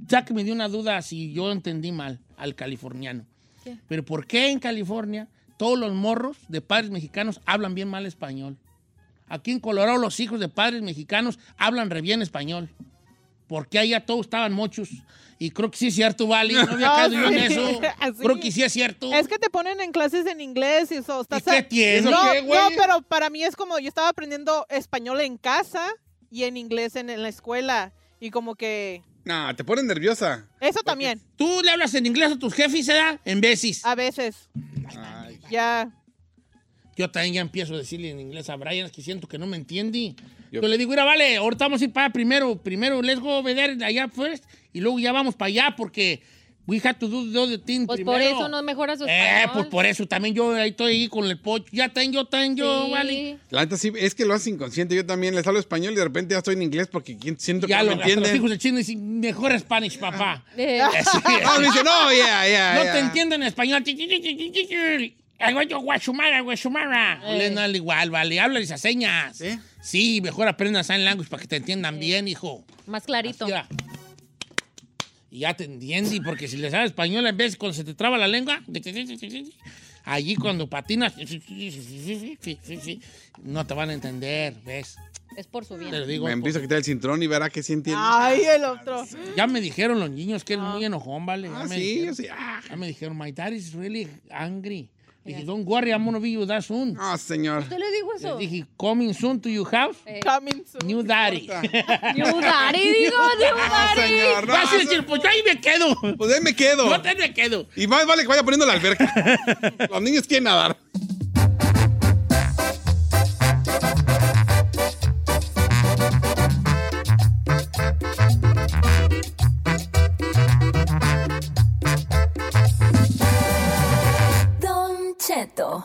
Speaker 3: ya que me dio una duda si yo entendí mal al californiano.
Speaker 4: ¿Qué?
Speaker 3: Pero ¿por qué en California todos los morros de padres mexicanos hablan bien mal español? Aquí en Colorado los hijos de padres mexicanos hablan re bien español. Porque allá todos estaban mochos. Y creo que sí es cierto, Vali. No había
Speaker 6: No,
Speaker 3: caído yo en
Speaker 6: Ah, sí,
Speaker 3: eso.
Speaker 6: así.
Speaker 3: Creo que sí es cierto.
Speaker 6: Es que te ponen en clases en inglés y eso. Estás
Speaker 3: ¿Y qué
Speaker 6: a-
Speaker 3: tiene?
Speaker 6: No,
Speaker 3: ¿Eso qué, güey?
Speaker 6: no, pero para mí es como yo estaba aprendiendo español en casa y en inglés en, en la escuela. Y como que.
Speaker 5: Nah, te ponen nerviosa.
Speaker 6: Eso también,
Speaker 3: Tú le hablas en inglés a tus jefes, ¿verdad? En veces.
Speaker 6: a veces.
Speaker 5: Ay.
Speaker 6: Ya.
Speaker 3: Yo también ya empiezo a decirle en inglés a Brian, es que siento que no me entiende. Yo,
Speaker 5: Yo-
Speaker 3: le digo, mira, vale, ahorita vamos a ir para allá primero, primero let's go over there, allá first, y luego ya vamos para allá porque we have to do the other thing
Speaker 4: Pues por
Speaker 3: primero.
Speaker 4: eso no mejora su español.
Speaker 3: Eh, pues por eso, también yo ahí estoy ahí con el pocho, ya tengo, tengo,
Speaker 4: Sí.
Speaker 3: vale.
Speaker 5: La neta sí, es que lo haces inconsciente. Yo también les hablo español y de repente ya estoy en inglés porque quien- siento que
Speaker 3: Ya
Speaker 5: no
Speaker 3: lo
Speaker 5: me
Speaker 3: hasta los
Speaker 5: entienden.
Speaker 3: hijos de chino dicen, mejor Spanish, papá.
Speaker 4: Eh,
Speaker 3: Así es.
Speaker 5: No, me dicen, no, ya, ya.
Speaker 3: No
Speaker 5: ya.
Speaker 3: te entienden en español. Guachumara, guachumara. No no, al igual, vale. Háblales a señas.
Speaker 5: ¿Sí?
Speaker 3: Sí, mejor aprendan sign language para que te entiendan bien, hijo.
Speaker 4: más clarito.
Speaker 3: Mira. Y ya te entiendes, porque si les hablas español, en vez cuando se te traba la lengua, allí cuando patinas, no te van a entender, ¿ves?
Speaker 4: Es por su
Speaker 3: Te
Speaker 4: bien.
Speaker 3: lo digo. pues.
Speaker 5: Me empiezo a
Speaker 3: porque
Speaker 5: quitar el cinturón y verá que sí entiende.
Speaker 6: Ay, el otro.
Speaker 3: Ya me dijeron los niños que él es muy enojón, ¿vale? Ya
Speaker 5: Ah,
Speaker 3: me
Speaker 5: sí,
Speaker 3: dijeron.
Speaker 5: yo sí. Ah,
Speaker 3: Ya me dijeron, my dad is really angry. Le dije, don't worry, I'm gonna be with that soon.
Speaker 5: no, Ah, señor.
Speaker 4: ¿Usted le dijo
Speaker 3: Le
Speaker 4: eso?
Speaker 3: dije, coming soon to your house,
Speaker 4: Eh,
Speaker 6: Coming soon.
Speaker 3: new daddy.
Speaker 4: New Daddy, digo, New
Speaker 5: No,
Speaker 4: Daddy.
Speaker 5: Ah, señor. No,
Speaker 3: Vas a
Speaker 5: eso-
Speaker 3: decir, pues yo ahí me quedo.
Speaker 5: pues ahí me quedo.
Speaker 3: Yo te me quedo.
Speaker 5: Y más vale que vaya poniendo la alberca. Los niños quieren nadar.
Speaker 7: Don Cheto.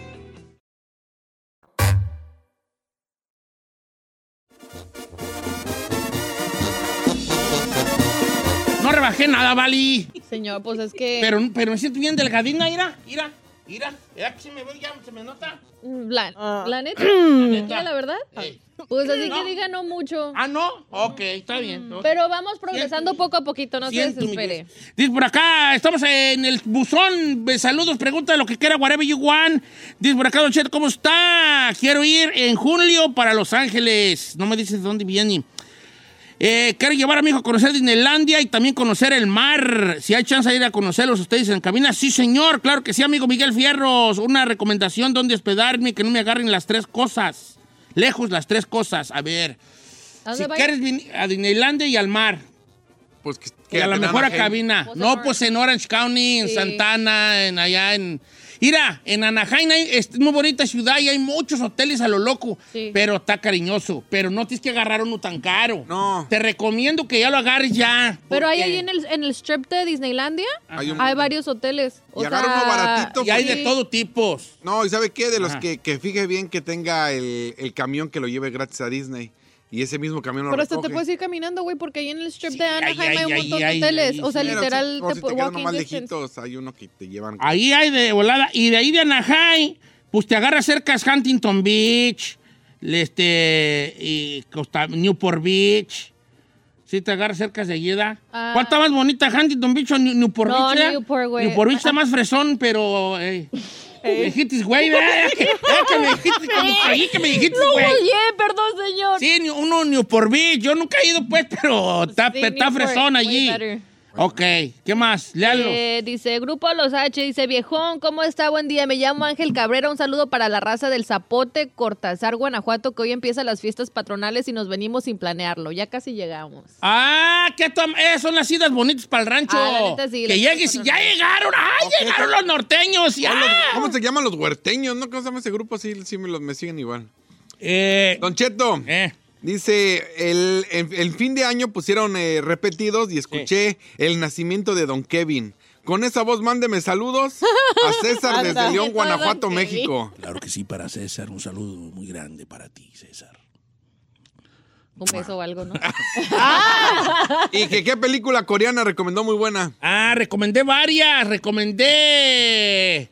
Speaker 3: No rebajé nada, Vali.
Speaker 4: Señor, pues es que
Speaker 3: Pero, pero me siento bien delgadina, mira, mira, mira. Ya que sí me veo, ya se me nota.
Speaker 4: la,
Speaker 6: Ah.
Speaker 4: la neta, ya, la verdad,
Speaker 3: Ey.
Speaker 4: pues así
Speaker 3: No.
Speaker 4: que diga no mucho.
Speaker 3: Ah, no. Ok, está bien. No.
Speaker 4: Pero vamos progresando poco a poquito, no se
Speaker 3: Siento, mi
Speaker 4: desespere.
Speaker 3: Dios. Dice por acá, estamos en el buzón. Eh, Saludos, pregunta lo que quiera, whatever you want. Dice por acá, Don Cheto, ¿cómo está? Quiero ir en julio para Los Ángeles. No me dices de dónde viene. Eh, quiero llevar a mi hijo a conocer Disneylandia y también conocer el mar. Si hay chance de ir a conocerlos ustedes en cabina. Sí, señor, claro que sí, amigo Miguel Fierros. Una recomendación dónde hospedarme, que no me agarren las tres cosas. Lejos las tres cosas. A ver,
Speaker 4: ¿A
Speaker 3: si
Speaker 4: dónde va?
Speaker 3: quieres venir a Disneylandia y al mar,
Speaker 5: Pues que,
Speaker 3: que a la mejor a cabina.
Speaker 4: Pues en
Speaker 3: No,
Speaker 4: Orange.
Speaker 3: pues en Orange County, en
Speaker 4: Sí.
Speaker 3: Santana, en allá en. Mira, en Anaheim hay- es muy bonita ciudad y hay muchos hoteles a lo loco,
Speaker 4: Sí.
Speaker 3: pero está cariñoso. Pero no tienes que agarrar uno tan caro.
Speaker 5: No.
Speaker 3: Te recomiendo que ya lo agarres ya.
Speaker 4: Pero hay
Speaker 3: porque-
Speaker 4: ahí en el, en el strip de Disneylandia,
Speaker 5: Hay un-
Speaker 4: hay varios hoteles. O
Speaker 5: Y agarra uno
Speaker 4: sea,
Speaker 5: baratito, pues.
Speaker 3: Y hay
Speaker 4: sí.
Speaker 3: de todo tipos.
Speaker 5: No, ¿y sabe qué? De los
Speaker 3: Ajá.
Speaker 5: que, que fije bien que tenga el, el camión que lo lleve gratis a Disney. Y ese mismo camión lo
Speaker 4: Pero hasta te
Speaker 5: recoge.
Speaker 4: puedes ir caminando, güey, porque ahí en el strip
Speaker 3: Sí,
Speaker 4: de
Speaker 3: ahí,
Speaker 4: Anaheim
Speaker 3: ahí,
Speaker 4: hay un
Speaker 3: ahí,
Speaker 4: montón de
Speaker 3: ahí,
Speaker 4: hoteles.
Speaker 3: ahí,
Speaker 4: o sea,
Speaker 3: sí.
Speaker 5: Pero
Speaker 4: literal,
Speaker 5: si, o si te
Speaker 4: pu-
Speaker 5: quedas
Speaker 4: walking
Speaker 5: nomás
Speaker 4: distance.
Speaker 5: lejitos, hay uno que te llevan.
Speaker 3: Ahí hay de volada. Y de ahí de Anaheim, pues te agarras cerca es Huntington Beach, este, y Costa- Newport Beach. Sí, te agarras cerca de Yeda.
Speaker 4: Ah.
Speaker 3: ¿Cuál está más bonita, Huntington Beach o New- Newport
Speaker 4: No,
Speaker 3: Beach? eh?
Speaker 4: Newport, güey. Ah.
Speaker 3: Newport Beach está más fresón, pero... eh, Me dijiste, güey, ¿verdad? Ya que- ya que me dijiste, como que ahí que me dijiste,
Speaker 4: No,
Speaker 3: güey.
Speaker 4: oye, perdón, señor.
Speaker 3: Sí, ni- uno Newport Beach. Yo nunca he ido, pues, pero está,
Speaker 4: Sí,
Speaker 3: está
Speaker 4: Newport,
Speaker 3: fresón
Speaker 4: way
Speaker 3: allí.
Speaker 4: better.
Speaker 3: Ok, ¿qué más? Léalo.
Speaker 4: Eh, dice, Grupo Los H, dice, viejón, ¿cómo está? Buen día, me llamo Ángel Cabrera, un saludo para la raza del Zapote, Cortázar, Guanajuato, que hoy empiezan las fiestas patronales y nos venimos sin planearlo, ya casi llegamos.
Speaker 3: Ah, que tom- eh, son las idas bonitas para el rancho.
Speaker 4: Ah, la neta sí, la
Speaker 3: que llegues y
Speaker 4: neta
Speaker 3: ya llegaron. ¡Ay,
Speaker 5: Ok.
Speaker 3: llegaron los norteños!
Speaker 5: O
Speaker 3: ¡Ya!
Speaker 5: los- ¿Cómo se llaman los huerteños? ¿No? ¿Cómo se llama ese grupo? Sí, sí me, los, me siguen igual.
Speaker 3: Eh,
Speaker 5: Don Cheto.
Speaker 3: eh,
Speaker 5: Dice, el, el- el fin de año pusieron eh, repetidos y escuché el nacimiento de Don Kevin. Con esa voz, mándeme saludos a César
Speaker 6: Anda.
Speaker 5: desde León, Guanajuato,
Speaker 4: Don Kevin.
Speaker 5: México.
Speaker 3: Claro que sí, para César. Un saludo muy grande para ti, César.
Speaker 4: Un beso o algo, ¿no?
Speaker 5: Y que qué película coreana recomendó muy buena.
Speaker 3: Ah, recomendé varias. Recomendé.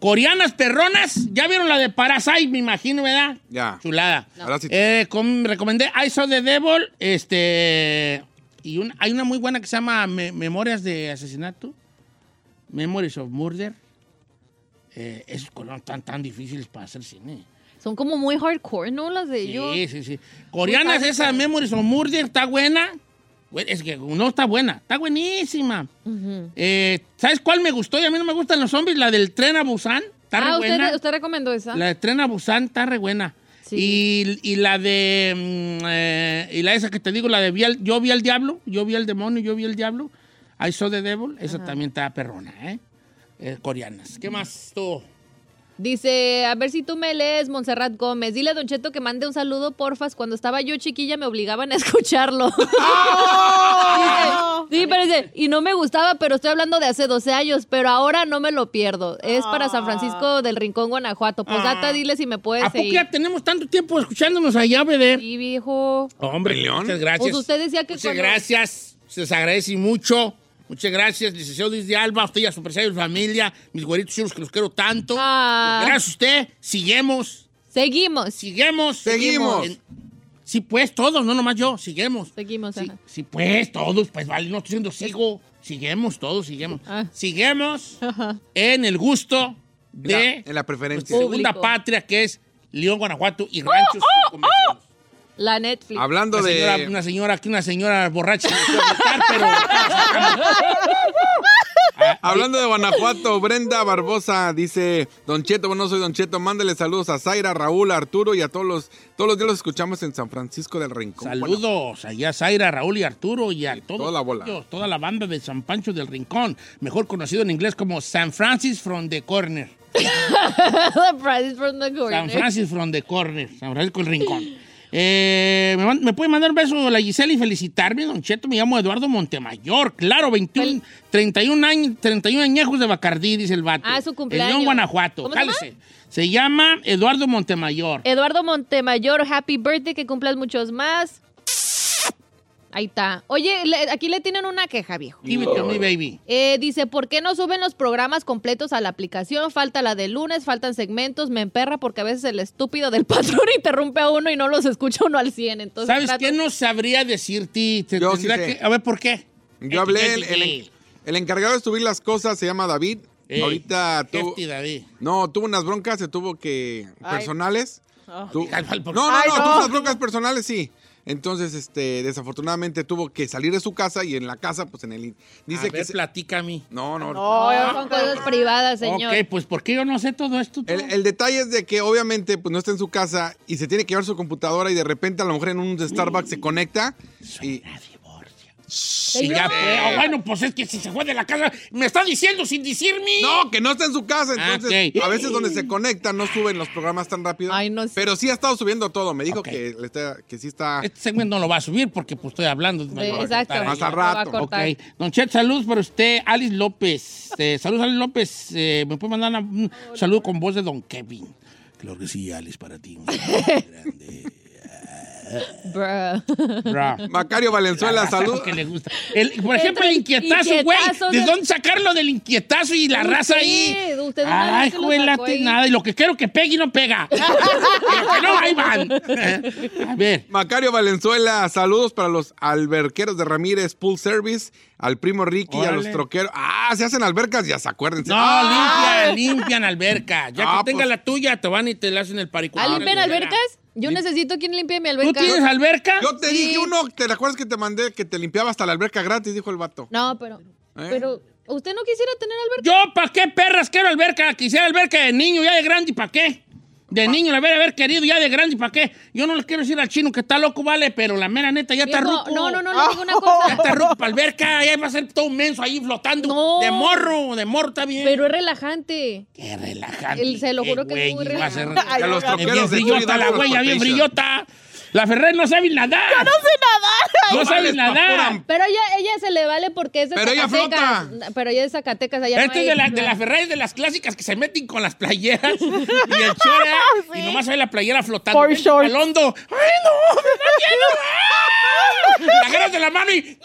Speaker 3: Coreanas perronas. Ya vieron la de Parasite, me imagino, ¿verdad?
Speaker 5: Ya.
Speaker 3: Chulada.
Speaker 5: Ahora sí.
Speaker 3: Eh, com- recomendé I Saw the Devil. Este. Y un- hay una muy buena que se llama Me- Memorias de Asesinato. Memories of Murder. Eh, esos colores tan, tan difíciles para hacer cine.
Speaker 4: Son como muy hardcore, ¿no? Las de ellos.
Speaker 3: Sí, sí, sí. Coreanas,
Speaker 4: Puta,
Speaker 3: esa
Speaker 4: sí.
Speaker 3: Memories of Murder está buena. Bueno, Es que no está buena, está buenísima. Eh, ¿Sabes cuál me gustó? Y a mí no me gustan los zombies, la del tren a Busan. Está re
Speaker 4: Ah,
Speaker 3: buena.
Speaker 4: ¿usted, usted recomendó esa.
Speaker 3: La de Tren a Busan está re buena.
Speaker 4: Sí.
Speaker 3: Y, y la de. mm, eh, y la esa que te digo, la de vi al- Yo vi al diablo, yo vi al demonio, yo vi al diablo. I saw the devil. Esa también está perrona, ¿eh? Eh, Coreanas. ¿Qué más tú?
Speaker 4: Dice, a ver si tú me lees, Montserrat Gómez. Dile a Don Cheto que mande un saludo, porfas. Cuando estaba yo chiquilla me obligaban a escucharlo. Dice, sí, pero dice, y no me gustaba, pero estoy hablando de hace 12 años, pero ahora no me lo pierdo. Es para San Francisco del Rincón, Guanajuato. Posdata, dile si me puedes
Speaker 3: Ah. ¿A poco ya
Speaker 4: seguir.
Speaker 3: tenemos tanto tiempo escuchándonos allá, Beder?
Speaker 4: Sí, viejo.
Speaker 3: Hombre,
Speaker 5: León.
Speaker 3: muchas gracias.
Speaker 4: Pues usted decía que
Speaker 3: Muchas
Speaker 4: cuando-
Speaker 3: gracias. Se les agradece mucho. Muchas gracias, licenciado Luis de Alba, a usted y a su empresario de familia, mis güeritos chicos que los quiero tanto.
Speaker 4: Ah.
Speaker 3: Gracias a usted. Seguimos.
Speaker 4: Seguimos.
Speaker 3: Siguemos.
Speaker 5: Seguimos.
Speaker 3: En- Sí, pues, todos, no nomás yo, siguemos.
Speaker 4: Seguimos,
Speaker 3: Sí,
Speaker 4: ajá.
Speaker 3: sí, pues, todos, pues, vale, no estoy diciendo sigo, siguemos, todos, siguemos.
Speaker 4: Ah.
Speaker 3: Siguemos en el gusto
Speaker 5: En la,
Speaker 3: de
Speaker 5: en la
Speaker 3: nuestra
Speaker 5: preferencia.
Speaker 4: Pues,
Speaker 3: segunda
Speaker 4: Público.
Speaker 3: patria, que es León, Guanajuato y ranchos y comercios.
Speaker 4: La Netflix.
Speaker 5: ¡Oh! Hablando
Speaker 3: Una señora,
Speaker 5: de...
Speaker 3: una señora aquí, una señora borracha. que me quiere aventar, pero-
Speaker 5: Hablando de Guanajuato, Brenda Barbosa dice, Don Cheto, bueno, soy Don Cheto, mándale saludos a Zaira, Raúl, Arturo y a todos los, todos los días los escuchamos en San Francisco del Rincón.
Speaker 3: Saludos allá a Zaira, Raúl y Arturo y a todos
Speaker 5: toda la bola.
Speaker 3: ellos, toda la banda de San Pancho del Rincón, mejor conocido en inglés como San Francis from the Corner.
Speaker 4: The prize is from the
Speaker 3: San
Speaker 4: corner.
Speaker 3: Francis from the Corner, San Francisco del Rincón. Eh, ¿me, man- me puede mandar un beso a la Giselle y felicitarme, Don Cheto? Me llamo Eduardo Montemayor, claro, 21, 31 años, 31 añejos de Bacardí, dice el vato.
Speaker 4: Ah, es su cumpleaños.
Speaker 3: En León, Guanajuato,
Speaker 4: ¿Cómo se llama?
Speaker 3: cállese. Se llama Eduardo Montemayor.
Speaker 4: Eduardo Montemayor, happy birthday, que cumplas muchos más. Ahí está. Oye, le- aquí le tienen una queja, viejo.
Speaker 3: Give it to me, baby.
Speaker 4: Eh, dice, ¿por qué no suben los programas completos a la aplicación? Falta la de lunes, faltan segmentos, me emperra porque a veces el estúpido del patrón interrumpe a uno y no los escucha uno al 100. Entonces,
Speaker 3: ¿Sabes
Speaker 4: trato-
Speaker 3: qué no sabría decirte? Te
Speaker 5: Yo
Speaker 3: tendría
Speaker 5: sí sé.
Speaker 3: que- A ver, pues, ¿por qué?
Speaker 5: Yo hablé, el, el- el encargado de subir las cosas se llama David.
Speaker 3: Ey,
Speaker 5: Ahorita tú...
Speaker 3: Hefty, David.
Speaker 5: No, tuvo unas broncas, se tuvo que...
Speaker 6: Ay.
Speaker 5: personales.
Speaker 6: Ah.
Speaker 5: Tu-
Speaker 3: Diga mal,
Speaker 5: No,
Speaker 3: por-
Speaker 5: no, no,
Speaker 6: Ay,
Speaker 5: tuvo
Speaker 6: no.
Speaker 5: unas broncas personales, sí. Entonces, este, desafortunadamente tuvo que salir de su casa y en la casa, pues en el... Dice
Speaker 3: a
Speaker 5: que...
Speaker 3: ver,
Speaker 5: se-
Speaker 3: platícame.
Speaker 5: No, no,
Speaker 6: No,
Speaker 4: No, son cosas privadas, señor.
Speaker 3: Ok, pues ¿por qué yo no sé todo esto? tú?
Speaker 5: El, el detalle es de que obviamente pues, no está en su casa y se tiene que llevar su computadora y de repente a lo mejor en un Starbucks se conecta y
Speaker 3: Suena a divorcio. Y ya fue. Ah, bueno, pues es que si se fue de la casa, me está diciendo sin decirme.
Speaker 5: no, que no está en su casa,
Speaker 3: Ah,
Speaker 5: entonces
Speaker 3: ok.
Speaker 5: a veces donde se conecta no suben los programas tan rápido.
Speaker 4: Ay, no sé.
Speaker 5: Pero sí ha estado subiendo todo, me dijo
Speaker 3: Ok.
Speaker 5: que, le está- que sí está
Speaker 3: Este segmento no lo va a subir porque pues estoy hablando.
Speaker 4: De-
Speaker 3: me lo va a
Speaker 4: exacto.
Speaker 3: cortar ahí.
Speaker 5: Más al
Speaker 4: Lo va a
Speaker 5: rato.
Speaker 3: Ok.
Speaker 4: cortar.
Speaker 3: Don Chet, saludos para usted, Alice López. Eh, saludos, Alice López. Eh, ¿Me puede mandar una- un saludo con voz de Don Kevin? Claro que sí, Alice, para ti. un saludo grande.
Speaker 4: Bruh.
Speaker 3: Bra.
Speaker 5: Macario Valenzuela,
Speaker 3: raza
Speaker 5: salud.
Speaker 3: que le gusta. El- por ejemplo,
Speaker 4: Entre
Speaker 3: el
Speaker 4: el
Speaker 3: inquietazo, güey.
Speaker 4: inquietazo
Speaker 3: ¿De
Speaker 4: del-
Speaker 3: dónde sacarlo del inquietazo y la
Speaker 4: Usted,
Speaker 3: raza ahí?
Speaker 4: usted de una
Speaker 3: Ay,
Speaker 4: vez se lo sacó
Speaker 3: juelate
Speaker 4: ahí.
Speaker 3: nada. Y lo que quiero que pegue y no pega. Y lo que no, ahí van. A ver.
Speaker 5: Macario Valenzuela, saludos para los alberqueros de Ramírez Pool Service, al primo Ricky, a los
Speaker 3: Órale.
Speaker 5: troqueros. Ah, se hacen albercas, ya se acuérdense.
Speaker 3: No,
Speaker 5: Ah,
Speaker 3: limpian, limpian alberca. Ya
Speaker 5: Ah,
Speaker 3: que tenga
Speaker 5: pues.
Speaker 3: la tuya, te van y te la hacen el paricuado.
Speaker 4: ¿Ah, limpian albercas? Yo necesito quien limpie mi
Speaker 3: ¿Tú
Speaker 4: alberca.
Speaker 3: tienes alberca?
Speaker 5: Yo te dije uno, ¿te acuerdas que te mandé que te limpiaba hasta la alberca gratis? Dijo el vato.
Speaker 4: No, pero.
Speaker 5: ¿Eh?
Speaker 4: Pero, ¿usted no quisiera tener alberca?
Speaker 3: Yo, ¿para qué perras quiero alberca? Quisiera alberca de niño, ya de grande, ¿y para qué? De niño la hubiera haber querido, ya de grande, ¿y para qué? Yo no le quiero decir al chino que está loco, vale, pero la mera neta ya está
Speaker 4: Viejo,
Speaker 3: ruco.
Speaker 4: No, no, no, le digo una cosa.
Speaker 3: Ya está ruco para alberca, ya va a ser todo menso ahí flotando.
Speaker 4: No.
Speaker 3: De morro, de morro está bien.
Speaker 4: Pero es relajante.
Speaker 3: Qué relajante.
Speaker 4: El- se lo
Speaker 3: qué
Speaker 4: juro que es muy
Speaker 3: güey, va a ser-
Speaker 4: relajante.
Speaker 5: Y a los
Speaker 3: Bien, bien
Speaker 5: troqueros de
Speaker 3: frillota la
Speaker 5: Chile,
Speaker 3: huella, bien
Speaker 5: Transportation.
Speaker 3: frillota. La Ferrer no sabe nadar. Yo no sé nadar. No sabe
Speaker 5: vales pa'
Speaker 3: nadar.
Speaker 5: pura-
Speaker 4: Pero ella, ella se le vale porque es de
Speaker 5: Pero ella
Speaker 4: Zacatecas.
Speaker 5: flota.
Speaker 4: Pero ella es de Zacatecas. allá no
Speaker 3: Esta es
Speaker 4: hay-
Speaker 3: de la, de la Ferrari es de las clásicas que se meten con las playeras y el chora y nomás se ve la playera flotando.
Speaker 6: Por
Speaker 3: Ven,
Speaker 6: short.
Speaker 3: Al hondo. ¡Ay, no! ¡Me está viendo! ¡Ah! La agarras de la mano y ¡No!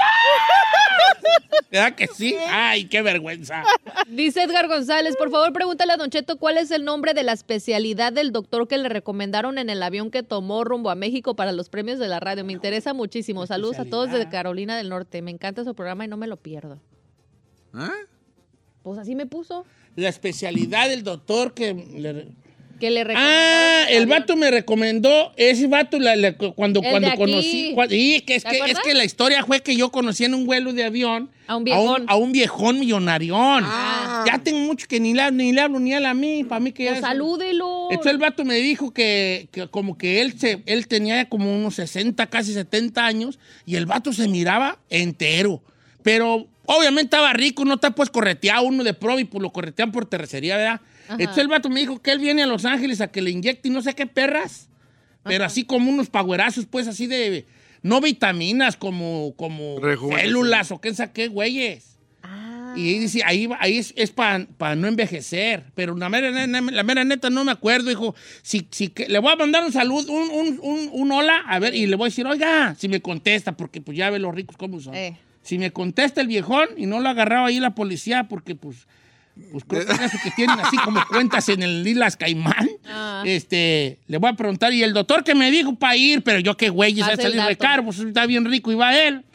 Speaker 3: ¿Verdad que sí? ¡Ay, qué vergüenza!
Speaker 4: Dice Edgar González, por favor pregúntale a Don Cheto cuál es el nombre de la especialidad del doctor que le recomendaron en el avión que tomó rumbo a México para los premios de la radio. Me interesa muchísimo. Saludos a todos desde Carolina del Norte. Me encanta su programa y no me lo pierdo.
Speaker 5: ¿Ah?
Speaker 4: Pues así me puso.
Speaker 3: La especialidad del doctor que... le-
Speaker 4: Que le recomendaron
Speaker 3: Ah,
Speaker 4: en
Speaker 3: el
Speaker 4: avión.
Speaker 3: vato me recomendó, ese vato la- la- cuando,
Speaker 4: El de
Speaker 3: cuando
Speaker 4: aquí.
Speaker 3: conocí, cua- y que es,
Speaker 4: ¿Te
Speaker 3: que, es
Speaker 4: acuerdas?
Speaker 3: que la historia fue que yo conocí en un vuelo de avión
Speaker 4: A un viejón.
Speaker 3: a un viejón millonarión.
Speaker 5: Ah.
Speaker 3: Ya tengo mucho que ni le, hablo- ni le hablo ni él a mí, para mí que ya
Speaker 4: Pues
Speaker 3: es-
Speaker 4: salúdelo.
Speaker 3: Entonces el vato me dijo que, que como que él, se, él tenía como unos 60, casi 70 años y el vato se miraba entero. Pero obviamente estaba rico, no está pues correteado uno de pro y pues lo corretean por terracería, ¿verdad? Entonces el vato me dijo que él viene a Los Ángeles a que le inyecte y no sé qué perras, pero así como unos pagüerazos pues así de, no vitaminas, como, como
Speaker 5: Rejuvenecer.
Speaker 3: células o qué saqué, güeyes.
Speaker 4: Ah.
Speaker 3: Y ahí dice, ahí, va- ahí es, para no envejecer. Pero la mera, ne- ne- la mera neta no me acuerdo, hijo. Si, si que- le voy a mandar un saludo, un, un- un- un hola, a ver, y le voy a decir, oiga, si me contesta, porque pues ya ve los ricos cómo son.
Speaker 4: Eh.
Speaker 3: Si me contesta el viejón y no lo agarraba ahí la policía, porque pues, pues creo que, es eso que tienen así como cuentas en el Lilas Caimán.
Speaker 4: Ah.
Speaker 3: Este, le voy a preguntar, y el doctor que me dijo para ir, pero yo qué güey,
Speaker 4: Pasa
Speaker 3: ya
Speaker 4: el
Speaker 3: salir
Speaker 4: dato.
Speaker 3: de caro, pues está bien rico, y va él.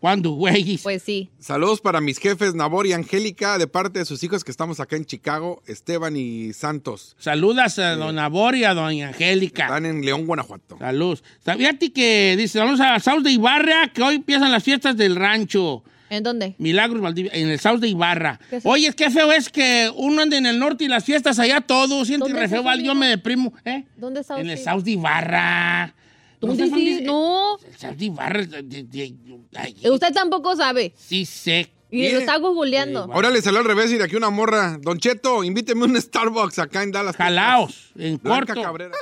Speaker 3: ¿Cuándo, güey?
Speaker 4: Pues sí.
Speaker 5: Saludos para mis jefes Nabor y Angélica de parte de sus hijos que estamos acá en Chicago, Esteban y Santos.
Speaker 3: Saludas a don Abor y a doña Angélica.
Speaker 5: Están en León, Guanajuato.
Speaker 3: Salud. ¿Sabía a ti que dice, saludos a Saus de Ibarra, que hoy empiezan las fiestas del rancho?
Speaker 4: ¿En dónde?
Speaker 3: Milagros Valdivia, en el South de Ibarra.
Speaker 4: ¿Qué es eso?
Speaker 3: Oye, es que feo es que uno anda en el norte y las fiestas allá todo. Siento
Speaker 4: ¿Dónde
Speaker 3: re
Speaker 4: es
Speaker 3: feo,
Speaker 4: eso,
Speaker 3: vale, yo
Speaker 4: amigo?
Speaker 3: me deprimo. ¿Eh?
Speaker 4: ¿Dónde está
Speaker 3: En el
Speaker 4: usted?
Speaker 3: South de Ibarra.
Speaker 4: ¿Dónde
Speaker 3: sé
Speaker 4: sí?
Speaker 3: eh,
Speaker 4: No.
Speaker 3: El South de Ibarra. eh, de- de- ay,
Speaker 4: Eh, Usted tampoco sabe.
Speaker 3: Sí sé.
Speaker 4: Y
Speaker 5: Bien.
Speaker 4: lo está googleando.
Speaker 5: Ahora le salió al revés y de aquí una morra. Don Cheto, invíteme un Starbucks acá en Dallas.
Speaker 3: Jalaos, en
Speaker 5: Blanca
Speaker 3: corto.
Speaker 5: Cabrera.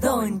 Speaker 7: Don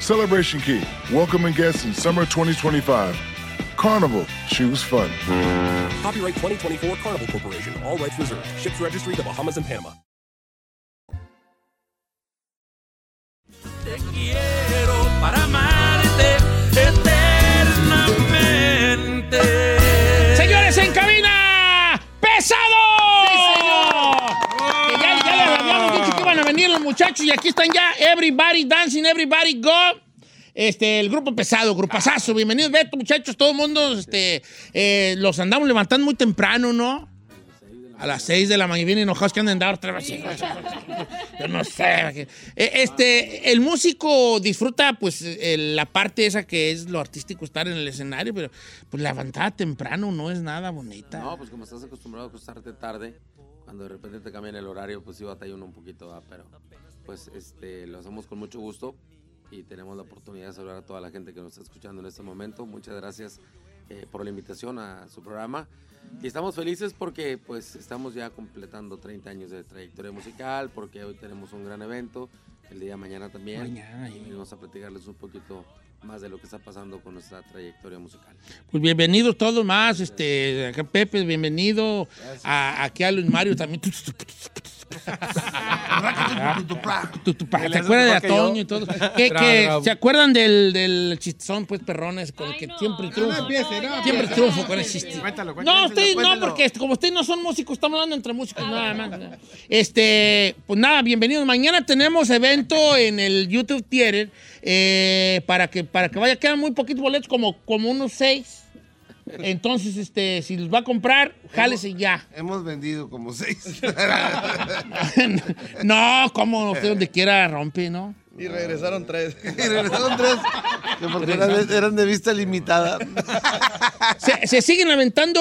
Speaker 9: Celebration Key, welcoming guests in summer 2025. Carnival, choose fun.
Speaker 10: Copyright 2024 Carnival Corporation. All rights reserved. Ships registry: The Bahamas and Panama.
Speaker 3: Señores, en cabina, pesado. Sí, señor. Que ya, ya les habíamos dicho que iban a venir los muchachos y aquí están ya. Everybody dancing, everybody go. Este, el grupo pesado, grupazazo. Bienvenidos, Beto, muchachos. Todo el mundo, este, eh, los andamos levantando muy temprano, ¿no? A las 6 de la mañana vienen enojados que han andado otra vez. Yo no sé. Eh, Este, el músico disfruta, pues, eh, la parte esa que es lo artístico, estar en el escenario, pero pues levantada temprano no es nada bonita.
Speaker 11: No, pues como estás acostumbrado a acostarte tarde, cuando de repente te cambian el horario, pues sí batalla uno un poquito, ¿va? pero pues este, lo hacemos con mucho gusto y tenemos la oportunidad de saludar a toda la gente que nos está escuchando en este momento. Muchas gracias eh, por la invitación a su programa. Y estamos felices porque pues estamos ya completando 30 años de trayectoria musical, porque hoy tenemos un gran evento, el día de mañana también.
Speaker 3: Mañana,
Speaker 11: y venimos a platicarles un poquito más de lo que está pasando con nuestra trayectoria musical.
Speaker 3: Pues bienvenidos todos más, este, acá Pepe, bienvenido a, aquí a Luis Mario también. Tu- tu- ¿Te acuerdas de Atoño y todo? Que, que se acuerdan del, del chistón, pues, perrones, con el que siempre triunfo? siempre triunfo con ese chiste.
Speaker 5: Cuéntalo, cuéntalo.
Speaker 3: No, ustedes no, porque este, como ustedes no son músicos, estamos hablando entre músicos, nada más. Este, pues nada, bienvenidos. Mañana tenemos evento en el YouTube Theater eh, para, que, para que vaya. Quedan muy poquitos boletos, como, como unos seis. Entonces, este, si los va a comprar, jálese ya.
Speaker 12: Hemos vendido como seis.
Speaker 3: no, como usted donde quiera rompe, ¿no?
Speaker 12: y regresaron tres. y regresaron tres. que porque eran, de- eran de vista limitada.
Speaker 3: Se, se siguen aventando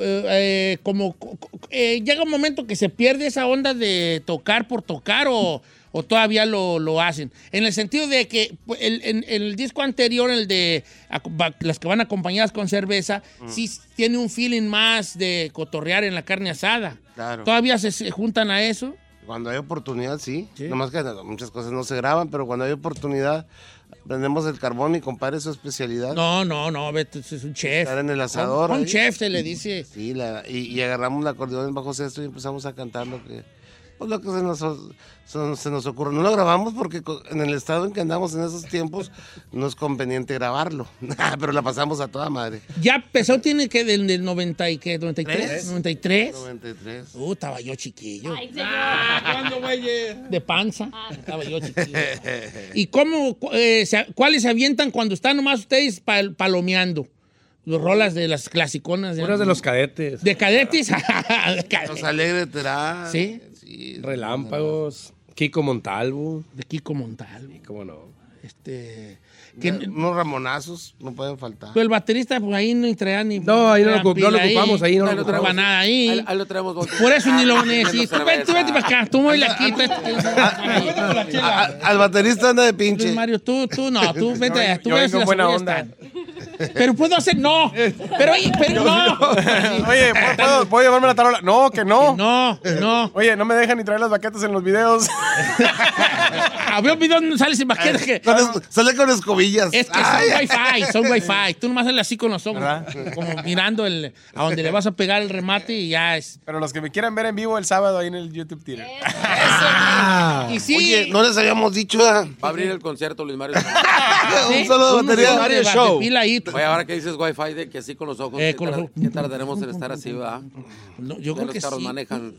Speaker 3: eh, eh, como... co- co- eh, llega un momento que se pierde esa onda de tocar por tocar o, o todavía lo, lo hacen. En el sentido de que pues, el- en en el disco anterior, el de aco- va- las que van acompañadas con cerveza,
Speaker 12: Mm.
Speaker 3: sí tiene un feeling más de cotorrear en la carne asada.
Speaker 12: Claro.
Speaker 3: ¿Todavía se, se juntan a eso?
Speaker 12: Cuando hay oportunidad, sí.
Speaker 3: Sí.
Speaker 12: Nomás que no- muchas cosas no se graban, pero cuando hay oportunidad, prendemos el carbón y compare su especialidad.
Speaker 3: No, no, no, Beto, ese es un chef.
Speaker 12: Estar en el asador.
Speaker 3: Un
Speaker 12: ahí.
Speaker 3: chef se le dice.
Speaker 12: Sí, la- y, y agarramos la acordeón bajo sexto y empezamos a cantar lo que, pues, lo que se nos, o- se- se nos ocurre. No lo grabamos porque co- en el estado en que andamos en esos tiempos no es conveniente grabarlo, pero la pasamos a toda madre.
Speaker 3: Ya pesado tiene que del, del 90 y qué, 93,
Speaker 12: Tres.
Speaker 3: 93.
Speaker 12: 93.
Speaker 3: Uh, estaba yo chiquillo. Ah,
Speaker 5: ¿Cuándo, güey?
Speaker 3: De panza. Estaba yo chiquillo. ¿Y cómo, cu- eh, se- cuáles se avientan cuando están nomás ustedes pal- palomeando? Los rolas de las clasiconas.
Speaker 10: Puras de los cadetes.
Speaker 3: ¿De cadetes? De cadetes.
Speaker 12: Los alegre terá.
Speaker 3: Sí.
Speaker 12: Sí.
Speaker 10: Relámpagos. Kiko Montalvo.
Speaker 3: De Kiko Montalvo.
Speaker 10: ¿Cómo no?
Speaker 3: Este.
Speaker 12: Ya, unos ramonazos no pueden faltar.
Speaker 3: Pero el baterista, pues ahí no traía ni.
Speaker 13: No, ahí no lo ocup-
Speaker 3: pila
Speaker 13: no lo ocupamos, ahí no lo
Speaker 3: no
Speaker 13: ocupamos.
Speaker 3: ocupaba nada ahí.
Speaker 13: Ahí-
Speaker 11: lo traemos
Speaker 3: Por eso ni lo
Speaker 12: Ah,
Speaker 3: necesito.
Speaker 12: menos
Speaker 3: Vente, vente
Speaker 12: cerveza.
Speaker 3: para acá. Tú muévele aquí.
Speaker 12: A- a- al baterista anda de pinche.
Speaker 3: Mario, tú, tú no, tú vete,
Speaker 12: Yo vengo-
Speaker 3: tú
Speaker 12: yo
Speaker 3: ves
Speaker 12: vengo
Speaker 3: las
Speaker 12: buena
Speaker 3: tuyas
Speaker 12: onda.
Speaker 3: están. Pero puedo hacer, no. Pero, oye, pero no.
Speaker 14: Oye, ¿puedo, puedo- puedo llevarme la tarola? No, que no.
Speaker 3: No, no.
Speaker 14: Oye, no me dejan ni traer las baquetas en los videos.
Speaker 3: Había un video donde sale sin baqueta que.
Speaker 12: Sale Eh, con escobillas.
Speaker 3: Es que
Speaker 12: Ay,
Speaker 3: son
Speaker 12: ay,
Speaker 3: wifi,
Speaker 12: ay.
Speaker 3: son wifi. Tú nomás sales así con los ojos,
Speaker 14: ¿Verdad?
Speaker 3: como mirando el, a donde le vas a pegar el remate y ya es.
Speaker 14: Pero los que me quieran ver en vivo el sábado ahí en el YouTube Theater.
Speaker 11: Eh.
Speaker 3: Ah. Y sí.
Speaker 12: Oye, no les habíamos dicho. ah.
Speaker 11: Ah. Va a abrir el concierto Luis Mario.
Speaker 12: Un solo de batería.
Speaker 11: Oye, ahora que dices Wi-Fi, de que así con los ojos,
Speaker 3: Eh,
Speaker 11: ¿qué,
Speaker 3: con los
Speaker 11: tar-
Speaker 3: ojos.
Speaker 11: qué tardaremos en estar así, verdad?
Speaker 3: yo
Speaker 11: Ya
Speaker 3: creo
Speaker 11: los
Speaker 3: que
Speaker 11: carros
Speaker 3: sí.
Speaker 11: manejan,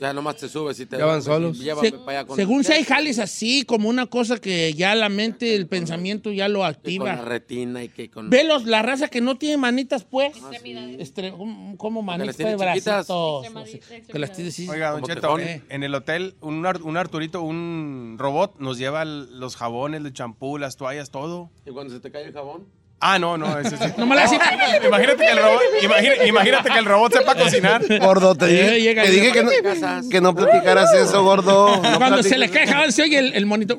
Speaker 11: ya nomás te subes y te...
Speaker 13: Ya van
Speaker 11: duermes y
Speaker 13: solos.
Speaker 11: llévame
Speaker 3: Se-
Speaker 11: para allá con-
Speaker 3: según si hay jales así, como una cosa que ya la mente, el pensamiento ya lo
Speaker 11: y Con la
Speaker 3: activa.
Speaker 11: retina y que con... Ah,
Speaker 3: Velos, la raza que no tiene manitas, pues. Estre- ¿Cómo cómo manitas
Speaker 11: las
Speaker 3: de
Speaker 11: tiene
Speaker 3: bracitos?
Speaker 11: chiquitas.
Speaker 3: O sea, que las tiene así,
Speaker 14: Oiga, don
Speaker 3: como
Speaker 14: Cheto,
Speaker 3: que-
Speaker 14: en el hotel, un, Ar- un Arturito, un robot, nos lleva el- los jabones, el champú, las toallas, todo.
Speaker 11: ¿Y cuando se te cae el jabón?
Speaker 14: Ah, no, no, ese sí.
Speaker 3: No me la hace-
Speaker 14: Imagínate que el robot, imagina- imagínate que el robot sepa cocinar.
Speaker 12: Gordo, te
Speaker 3: Eh,
Speaker 12: dije,
Speaker 3: llega
Speaker 12: te
Speaker 3: el-
Speaker 12: dije que, no, que no platicaras eso, gordo. No
Speaker 3: Cuando se
Speaker 12: platiques-
Speaker 3: le cae jabón, se oye el, el monitor.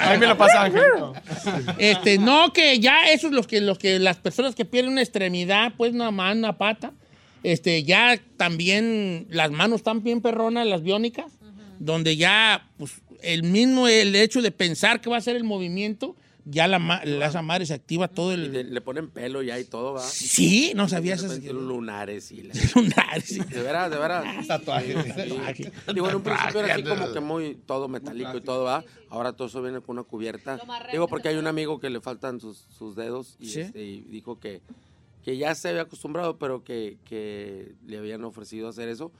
Speaker 14: Ahí me lo pasa Ángel.
Speaker 3: Este, no, que ya esos los que, los que las personas que pierden una extremidad, pues una mano, una pata, este, ya también las manos están bien perronas, las biónicas, donde ya, pues, el mismo, el hecho de pensar que va a ser el movimiento, ya la, ma- la esa madre se activa todo
Speaker 11: Y
Speaker 3: el...
Speaker 11: le, le ponen pelo ya y todo, ¿va?
Speaker 3: Sí, no sabía
Speaker 11: De
Speaker 3: esas-
Speaker 11: repente los lunares y la...
Speaker 3: lunares.
Speaker 11: De veras, de veras.
Speaker 3: Ah, Tatuajes.
Speaker 11: Sí, sí.
Speaker 3: Tatuajes.
Speaker 11: Digo, en un principio era así
Speaker 3: Tatuajes.
Speaker 11: como que muy todo metálico y todo, ¿va? Ahora todo eso viene con una cubierta. Digo, porque hay un amigo que le faltan sus, sus dedos y,
Speaker 3: Sí.
Speaker 11: este, y dijo que, que ya se había acostumbrado, pero que, que le habían ofrecido hacer eso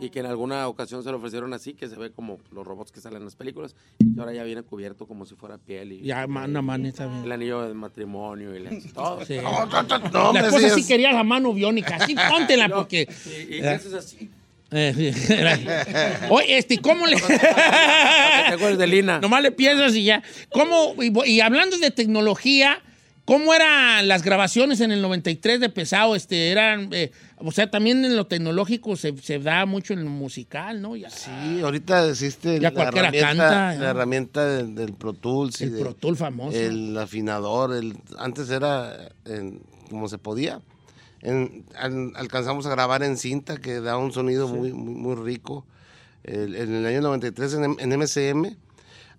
Speaker 11: y que en alguna ocasión se lo ofrecieron así, que se ve como los robots que salen en las películas y que ahora ya viene cubierto como si fuera piel y
Speaker 3: Ya, ma- una manita bien.
Speaker 11: el anillo del matrimonio y las- todo.
Speaker 3: Sí.
Speaker 12: No,
Speaker 3: la
Speaker 12: hombre,
Speaker 3: esposa
Speaker 12: sí
Speaker 3: sí
Speaker 12: es-
Speaker 3: quería la mano biónica, sí, póntela porque...
Speaker 11: Y, y que haces así.
Speaker 3: Eh, sí. Oye, este, ¿cómo le...?
Speaker 11: de Lina.
Speaker 3: Nomás le piensas y ya. ¿Cómo, y, bo- y hablando de tecnología, ¿cómo eran las grabaciones en el 93 de Pesado? Este, eran, eh, o sea, también en lo tecnológico se, se da mucho en lo musical, ¿no? Ya,
Speaker 12: Sí, ahorita existe la,
Speaker 3: Ya cualquiera
Speaker 12: herramienta,
Speaker 3: canta, ¿no?
Speaker 12: la herramienta del, del Pro Tools. y
Speaker 3: El
Speaker 12: de-
Speaker 3: Pro Tool famoso.
Speaker 12: El afinador. El, antes era en- como se podía. En- al- alcanzamos a grabar en cinta que da un sonido muy, muy, muy rico. El- en el año 93 en, M- en MCM,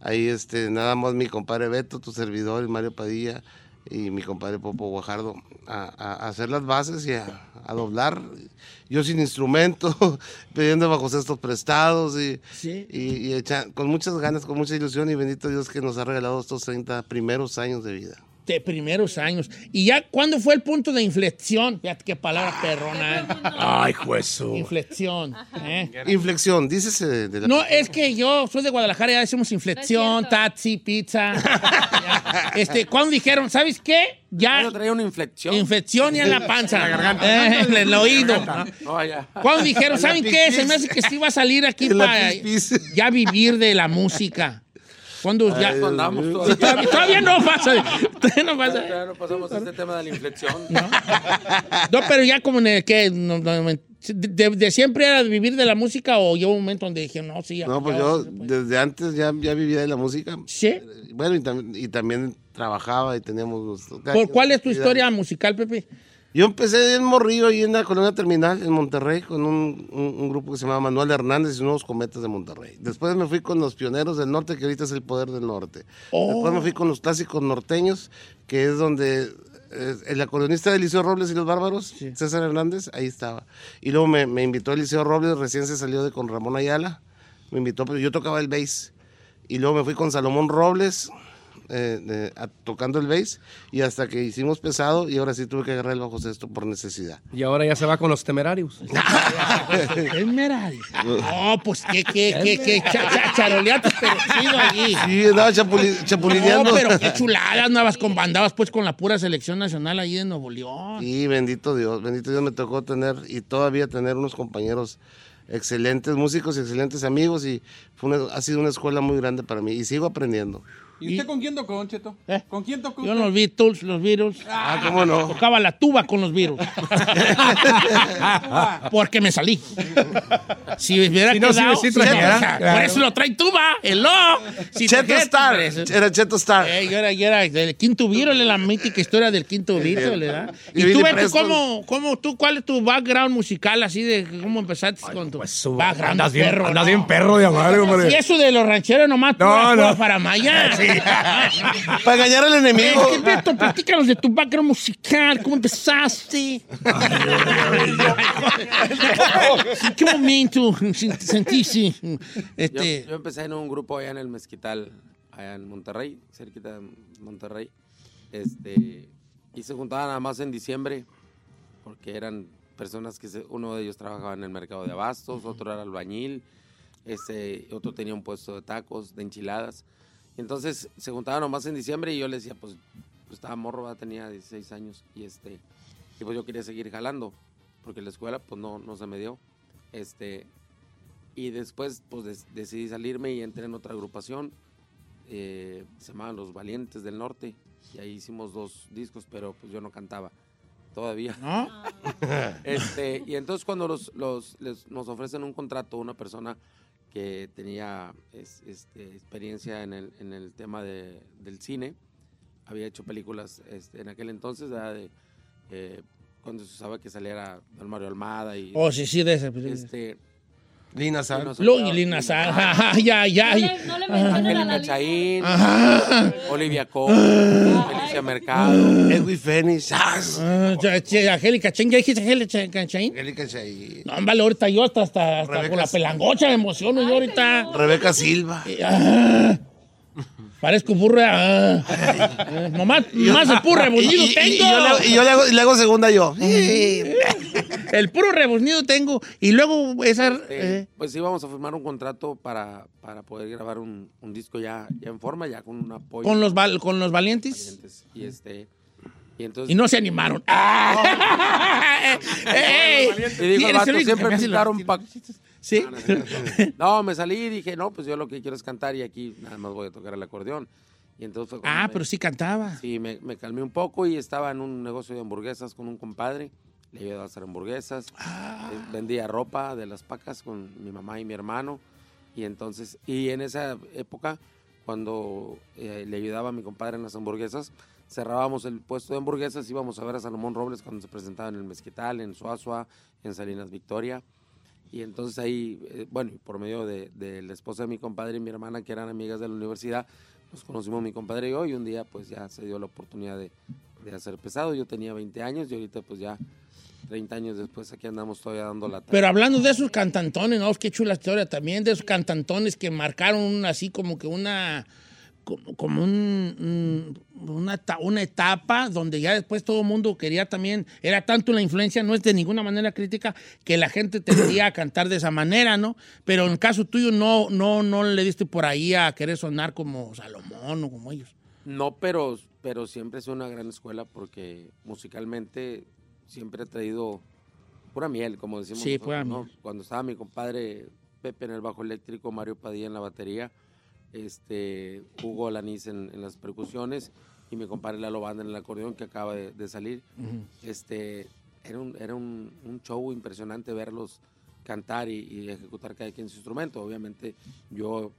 Speaker 12: ahí este, nada más mi compadre Beto, tu servidor, y Mario Padilla y mi compadre Popo Guajardo a, a- a hacer las bases y a, a doblar. Yo sin instrumento, pidiendo bajo cestos prestados y,
Speaker 3: Sí.
Speaker 12: y- y echa- con muchas ganas, con mucha ilusión y bendito Dios que nos ha regalado estos 30 primeros años de vida.
Speaker 3: de primeros años. ¿Y ya cuándo fue el punto de inflexión? Fíjate qué palabra perrona. ¿eh?
Speaker 12: Ay, juez.
Speaker 3: Inflexión. ¿eh?
Speaker 12: Inflexión, dícese de, de la...
Speaker 3: No, es que yo soy de Guadalajara, ya decimos inflexión, taxi, pizza. Ya. este, ¿cuándo dijeron? ¿Sabes qué? Ya.
Speaker 11: traía una inflexión.
Speaker 3: Inflexión ya en la panza.
Speaker 11: En la garganta.
Speaker 3: Eh, en el oído.
Speaker 11: No, ya.
Speaker 3: ¿Cuándo dijeron?
Speaker 11: En la
Speaker 3: ¿Saben qué?
Speaker 11: pipis.
Speaker 3: Se me hace que sí va a salir aquí
Speaker 11: En la
Speaker 3: para ya vivir de la música. ¿Cuándo ya?
Speaker 11: Ay, andamos
Speaker 3: Sí, todavía,
Speaker 11: todavía.
Speaker 3: todavía no pasa. Todavía no pasa.
Speaker 11: Todavía no pasamos a este tema de la inflexión.
Speaker 3: No, pero ya como en el que. no, no, no, de, de siempre era vivir de la música o llegó un momento donde dije, no, sí, ya.
Speaker 12: No, pues
Speaker 3: ya-
Speaker 12: yo desde antes ya, ya vivía de la música. Eh,
Speaker 3: Sí.
Speaker 12: Bueno, y, tam- y también trabajaba y teníamos gusto.
Speaker 3: ¿Por cuál es tu historia musical, Pepe?
Speaker 12: Yo empecé en Morrillo y en la colonia terminal en Monterrey con un, un- un grupo que se llamaba Manuel Hernández y unos cometas de Monterrey. Después me fui con los pioneros del norte, que ahorita es el poder del norte.
Speaker 3: Oh.
Speaker 12: Después me fui con los clásicos norteños, que es donde eh, el acordeonista de Liceo Robles y los Bárbaros, César Hernández, ahí estaba. Y luego me, me invitó el Liceo Robles, recién se salió de con Ramón Ayala. Me invitó, pero yo tocaba el bass. Y luego me fui con Salomón Robles, eh, de- a- tocando el bass y hasta que hicimos pesado y ahora sí tuve que agarrar el bajo sexto por necesidad.
Speaker 13: Y ahora ya se va con los temerarios.
Speaker 3: Esmeralda. No, pues qué, qué, qué, qué, cha- cha- charoleaste, pero chido allí.
Speaker 12: Sí, andaba chapuli- chapulineando.
Speaker 3: No, pero qué chulada, andabas con bandadas pues con la pura selección nacional ahí de Nuevo León.
Speaker 12: Y bendito Dios, bendito Dios me tocó tener y todavía tener unos compañeros excelentes músicos y excelentes amigos y fue una- ha sido una escuela muy grande para mí y sigo aprendiendo.
Speaker 15: ¿Y usted con quién tocó, Don Cheto? ¿Con quién tocó
Speaker 3: Eh, Yo
Speaker 15: usted?
Speaker 3: los Beatles, los virus.
Speaker 15: Ah, ¿cómo no?
Speaker 3: Tocaba la tuba con los virus. Porque me salí. Si me hubiera
Speaker 12: Si no, si-
Speaker 3: quedado,
Speaker 12: si
Speaker 3: sí,
Speaker 12: trajera,
Speaker 3: o sea,
Speaker 12: claro.
Speaker 3: por eso lo trae tuba, hello. Si
Speaker 12: Cheto
Speaker 3: trajera,
Speaker 12: Star,
Speaker 3: hombre, eso-
Speaker 12: era Cheto Star.
Speaker 3: Eh, yo era, yo era del quinto virus, la mítica historia del quinto virus, ¿verdad?
Speaker 12: Y
Speaker 3: Y tú,
Speaker 12: Billy
Speaker 3: Beto,
Speaker 12: Preston.
Speaker 3: ¿cómo, cómo, tú, ¿cuál es tu background musical así de cómo empezaste con tu background?
Speaker 16: pues, andas bien-
Speaker 3: perro,
Speaker 16: andas bien perro de amargo, hombre.
Speaker 3: Y eso de los rancheros nomás,
Speaker 16: No,
Speaker 3: no,
Speaker 16: no.
Speaker 3: para Maya.
Speaker 12: Para engañar al enemigo.
Speaker 3: Es que, Beto, platícanos de tu background musical, cómo empezaste. ¿En qué momento sentiste? Este,
Speaker 11: Yo, yo empecé en un grupo allá en el Mezquital, allá en Monterrey, cerquita de Monterrey. Este, y se juntaban nada más en diciembre, porque eran personas que se- uno de ellos trabajaba en el mercado de abastos, otro era albañil, este, otro tenía un puesto de tacos, de enchiladas. Y entonces se juntaban nomás en diciembre y yo les decía, pues, pues, estaba morro, ¿verdad? tenía 16 años y este, y pues yo quería seguir jalando, porque la escuela pues no, no se me dio. Este, y después, pues des- decidí salirme y entré en otra agrupación. eh, se llamaban Los Valientes del Norte. Y ahí hicimos dos discos, pero pues yo no cantaba todavía.
Speaker 3: ¿No?
Speaker 11: este, y entonces, cuando los, los- les- nos ofrecen un contrato, una persona que tenía es- este, experiencia en el, en el tema de- del cine, había hecho películas este, en aquel entonces, ¿verdad? de, eh, cuando se usaba que saliera Don Mario Almada y.
Speaker 3: Oh, sí, sí, de esa película.
Speaker 11: Este,
Speaker 12: Lina Sal.
Speaker 3: Lo- y Lina Sal, ajá, ya, ya. No le- no le mencionen a la
Speaker 11: Angélica Chaín,
Speaker 3: Ajá.
Speaker 11: Olivia Cohen, Felicia Mercado.
Speaker 12: Edwin Fenix.
Speaker 3: Ah, ya, che, Angélica Chen, ¿ya dijiste Angélica Chen?
Speaker 12: Angélica Chen.
Speaker 3: No, vale, ahorita yo hasta, hasta, hasta con la pelangocha me emociono yo ahorita.
Speaker 12: Rebeca Silva.
Speaker 3: Ah, parezco burro. ah. Eh, nomás, nomás el puro rebuznido
Speaker 12: Y- y- y-
Speaker 3: tengo.
Speaker 12: Y yo le hago, y yo le hago- y le hago segunda yo.
Speaker 3: el puro rebuznido tengo. Y luego esa...
Speaker 11: Este,
Speaker 3: eh,
Speaker 11: Pues íbamos a firmar un contrato para, para poder grabar un, un disco ya, ya en forma, ya con un apoyo.
Speaker 3: con, los val- con los valientes.
Speaker 11: Valientes. Y este. Y entonces.
Speaker 3: Y no se animaron. ¡Ah! ¡Ey!
Speaker 11: Y dijo el
Speaker 3: Eres
Speaker 11: vato,
Speaker 3: el único que
Speaker 11: siempre
Speaker 3: me
Speaker 11: me
Speaker 3: hace los-
Speaker 11: invitaron pa-
Speaker 3: ¿Sí?
Speaker 11: No, me salí y dije, no, pues yo lo que quiero es cantar y aquí nada más voy a tocar el acordeón. Y entonces fue cuando
Speaker 3: Ah,
Speaker 11: me-
Speaker 3: pero sí cantaba.
Speaker 11: Sí, me, me calmé un poco y estaba en un negocio de hamburguesas con un compadre. Le ayudaba a hacer hamburguesas.
Speaker 3: Ah.
Speaker 11: Eh, Vendía ropa de las pacas con mi mamá y mi hermano. Y entonces, y en esa época, cuando eh, le ayudaba a mi compadre en las hamburguesas, cerrábamos el puesto de hamburguesas, íbamos a ver a Salomón Robles cuando se presentaba en el Mezquital, en Suazua, en Salinas Victoria. Y entonces ahí, eh, bueno, y por medio de, de la esposa de mi compadre y mi hermana, que eran amigas de la universidad, nos conocimos mi compadre y yo, y un día pues ya se dio la oportunidad de, de hacer pesado. Yo tenía 20 años y ahorita pues ya 30 años después aquí andamos todavía dando la...
Speaker 3: Pero hablando de esos cantantones, ¿no? Qué chula historia también, de esos cantantones que marcaron un- así como que una. como, como un- un- una, eta- una etapa donde ya después todo el mundo quería también. Era tanto la influencia, no es de ninguna manera crítica, que la gente tendría a cantar de esa manera, ¿no? Pero en el caso tuyo, no, no, no le diste por ahí a querer sonar como Salomón o como ellos.
Speaker 11: No, pero, pero siempre es una gran escuela porque musicalmente siempre ha traído pura miel, como decimos.
Speaker 3: Sí, pura
Speaker 11: ¿no? Cuando estaba mi compadre Pepe en el bajo eléctrico, Mario Padilla en la batería, este, Hugo Alaniz en, en las percusiones y mi compadre Lalo Banda en el acordeón que acaba de, de salir. Este, era un, era un, un show impresionante verlos cantar y, y ejecutar cada quien su instrumento. Obviamente yo